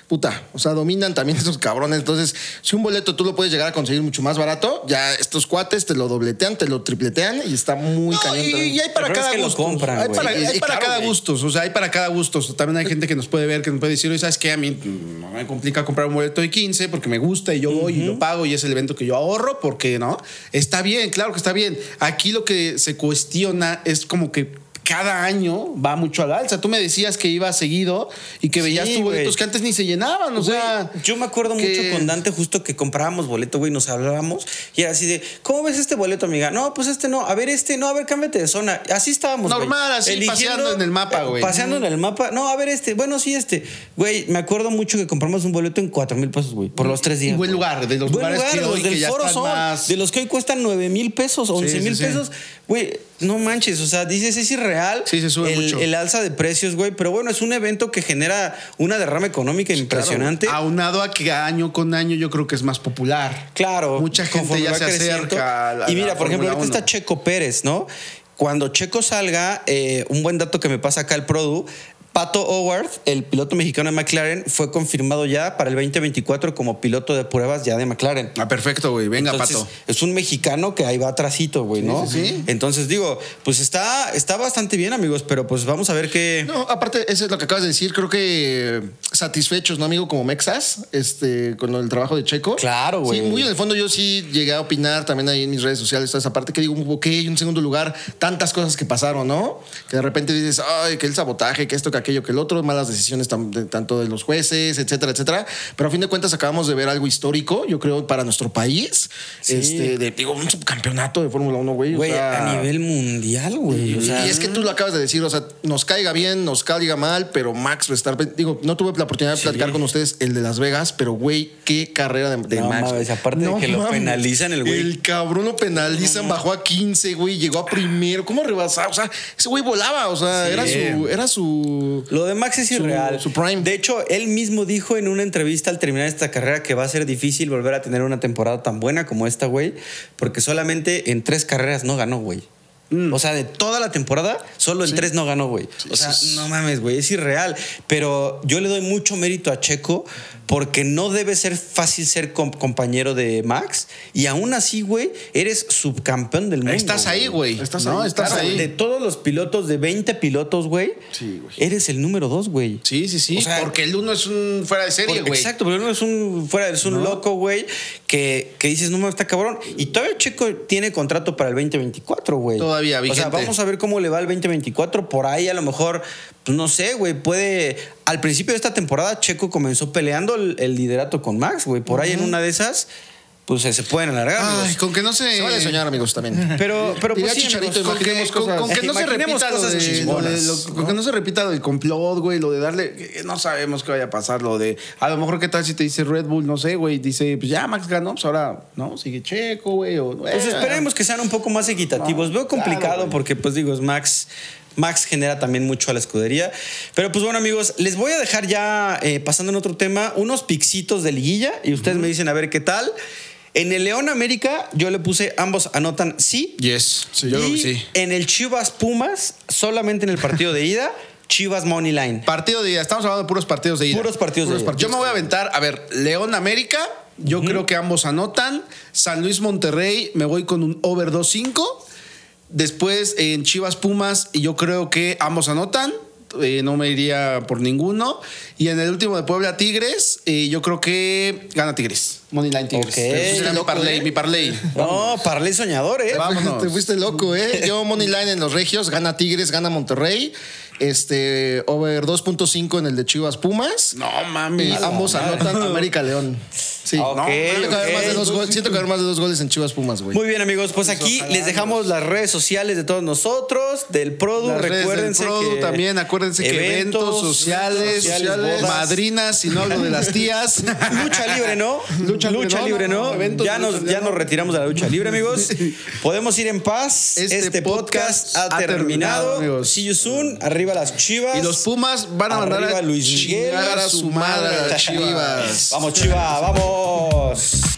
C: puta. O sea, dominan también [laughs] esos cabrones. Entonces, si un boleto tú lo puedes llegar a conseguir mucho más barato, ya estos cuates te lo dobletean, te lo tripletean y está muy
D: No,
C: cañón.
D: y,
C: también.
D: y hay para
B: El problema
D: cada
B: es que lo
D: gusto.
B: compran,
D: hay
B: güey.
D: para,
C: Y-
D: hay
C: y
D: para
C: claro,
D: cada
C: güey.
D: gustos, o sea, hay para cada gustos. También hay gente que nos puede ver, que nos puede decir, oye, ¿sabes qué? A mí no me complica comprar un boleto de 15 porque me gusta y yo voy y lo pago y es el evento que yo ahorro porque, ¿no? Está bien, claro que está bien. Aquí lo que se cuestiona es como que cada año va mucho al alza. Tú me decías que ibas seguido y que veías tus
B: güey.
D: boletos que antes ni se llenaban, o sea...
B: Yo me acuerdo
D: que-
B: mucho con Dante justo que comprábamos boleto, güey, nos hablábamos y era así de, ¿cómo ves este boleto, amiga? No, pues este no, a ver este, no, a ver, cámbiate de zona. Así estábamos, güey.
D: Normal, así, paseando en el mapa,
B: eh,
D: güey.
B: Paseando en el mapa. No, a ver este, bueno, sí este. Güey, me acuerdo mucho que compramos un boleto en 4 mil pesos, güey, por los tres días.
D: Buen
B: güey.
D: lugar, de los
B: Buen
D: lugares
B: lugar,
D: que
B: los
D: hoy
B: del
D: que ya
B: Foro
D: están
B: Sol,
D: más-
B: de los que hoy cuestan 9 mil pesos, 11 mil
D: sí, sí.
B: pesos. Güey, no manches, o sea, dices, es irreal.
D: Sí, se sube
B: el,
D: mucho.
B: el alza de precios, güey, pero bueno, es un evento que genera una derrama económica impresionante.
D: Aunado a que año con año yo creo que es más popular.
B: Claro.
D: Mucha gente
B: conforme
D: ya
B: va
D: se
B: creciendo.
D: acerca a la-
B: y
D: a
B: mira,
D: la
B: por ejemplo,
D: Fórmula
B: ahorita está
D: Uno.
B: Checo Pérez, ¿no? Cuando Checo salga, eh, un buen dato que me pasa acá el Produ. Pato Howard, el piloto mexicano de McLaren, fue confirmado ya para el 2024 como piloto de pruebas ya de McLaren.
D: Ah, perfecto, güey. Venga,
B: Entonces,
D: Pato.
B: Es un mexicano que ahí va atrasito, güey, ¿no?
D: sí, sí.
B: Entonces digo, pues está, está bastante bien, amigos, pero pues vamos a ver qué.
C: No, aparte, eso es lo que acabas de decir. Creo que eh, satisfechos, ¿no, amigo? Como Mexas, este, con el trabajo de Checo.
B: Claro, güey.
C: Sí, muy en el fondo yo sí llegué a opinar también ahí en mis redes sociales, toda esa parte que digo, ok, en segundo lugar, tantas cosas que pasaron, ¿no? Que de repente dices, ay, que el sabotaje, que esto, que aquello, que el otro, malas decisiones tam- de- tanto de los jueces, etcétera, etcétera. Pero a fin de cuentas acabamos de ver algo histórico, yo creo, para nuestro país.
B: Sí.
C: Este, de, digo, un subcampeonato de Fórmula 1, güey. o
B: Güey,
C: sea-
B: a nivel mundial, güey. o sea,
C: y es que tú lo acabas de decir, o sea, nos caiga bien, nos caiga mal, pero Max Verstappen, digo, no tuve la oportunidad de platicar con ustedes el de Las Vegas, pero güey, qué carrera de, de
B: No
C: Max.
B: mames, aparte de que lo penalizan, el güey.
C: El cabrón lo penalizan, bajó a 15, güey, llegó a primero, ¿cómo rebasaba? O sea, ese güey volaba, o sea, era su era su
B: Lo de Max es
C: Su-
B: irreal.
C: su prime.
B: De hecho, él mismo dijo en una entrevista al terminar esta carrera que va a ser difícil volver a tener una temporada tan buena como esta, güey, porque solamente en tres carreras no ganó, güey. O sea, de toda la temporada, solo en tres no ganó, güey. O sea, no mames, güey, es irreal. Pero yo le doy mucho mérito a Checo porque no debe ser fácil ser com- compañero de Max. Y aún así, güey, eres subcampeón del mundo.
D: Estás ahí, güey.
C: Estás
D: No,
C: ahí,
D: estás
C: claro,
D: ahí.
B: De todos los pilotos, de 20 pilotos, güey, eres el número dos, güey.
D: Sí, sí, sí.
B: O sea,
D: porque el uno es un fuera de serie,
B: Por-
D: güey.
B: exacto, pero uno es un fuera es un loco, güey, que, que dices, no mames, está cabrón. Y todavía Checo tiene contrato para el 2024, güey.
D: Todavía vigente.
B: O sea, vamos a ver cómo le va el 2024. Por ahí a lo mejor, pues, no sé, güey, puede. Al principio de esta temporada, Checo comenzó peleando el, el liderato con Max, güey. Por ahí en una de esas, pues se, se pueden alargar.
D: Ay,
B: amigos.
D: con que no se.
C: se vale soñar, amigos,
D: [laughs]
C: también.
B: Pero, pero
C: Diría
B: pues sí,
C: Chicharito,
B: amigos,
C: imagínate,
D: Con que,
C: Imaginemos cosas.
D: con- con que no se
B: Imaginemos
D: repita lo
B: cosas
D: de-
B: chismonas,
D: lo de lo- con que no se repita lo del complot, güey, lo de darle, que no sabemos qué vaya a pasar, lo de, a lo mejor qué tal si te dice Red Bull, no sé, güey, dice, pues ya Max ganó, pues ahora, no, sigue Checo, güey, o
B: Pues
D: eh,
B: esperemos que sean un poco más equitativos.
D: No,
B: Veo complicado
D: Ah, claro, güey.
B: porque, pues digo, es Max. Max genera también mucho a la escudería. Pero pues bueno, amigos, les voy a dejar ya, eh, pasando en otro tema, unos pixitos de liguilla y ustedes me dicen a ver qué tal. En el León América, yo le puse ambos anotan sí.
D: Yes. Sí, yo
B: y
D: creo que sí.
B: En el Chivas Pumas, solamente en el partido de ida, Chivas Money Line.
D: Partido de ida. Estamos hablando de puros partidos de ida.
B: Puros partidos de ida.
D: Yo me voy a aventar. A ver, León América. Yo creo que ambos anotan. San Luis Monterrey. Me voy con un over 2-5. Después eh, en Chivas Pumas. Y yo creo que ambos anotan. Eh, no me iría por ninguno. Y en el último de Puebla Tigres. eh, yo creo que gana Tigres. Moneyline Tigres.
B: Ok.
D: Ese será mi
C: Loco,
D: parlay.
C: ¿eh?
D: Mi parlay.
B: No, parlé soñador, ¿eh?
D: Vámonos.
C: [laughs] Te fuiste loco, ¿eh? Yo money line en los Regios, gana Tigres, gana Monterrey. Este, over 2.5 en el de Chivas Pumas.
D: No
C: Y
D: mames.
C: ambos
D: [laughs]
C: anotan América León. Sí.
B: Ok,
C: No, siento, que va a haber
B: ok.
C: más de dos goles, siento que va a haber más de dos goles en Chivas Pumas, güey.
B: Muy bien, amigos. Pues aquí les dejamos las redes sociales de todos nosotros, del Produ.
D: Las redes del
B: Recuérdense
D: Produ
B: que
D: también, acuérdense que eventos sociales,
B: bodas.
D: madrinas, si no hablo de las [laughs] tías.
B: [laughs] Lucha libre, ¿no?
D: [laughs] Lucha libre, no, no, no, eventos
B: ya
D: de
B: nos,
D: lucha
B: ya
D: libre,
B: nos retiramos de la lucha libre,
D: [laughs]
B: amigos. Podemos ir en paz. Este,
D: Este
B: podcast,
D: podcast
B: ha
D: ha
B: terminado.
D: terminado, amigos.
B: See you soon. Arriba las chivas.
D: Y los Pumas van a mandar
B: Arriba
D: a
B: Luis Miguel. [laughs]
D: chingar a su madre a las Chivas.
B: Vamos, chivas, vamos.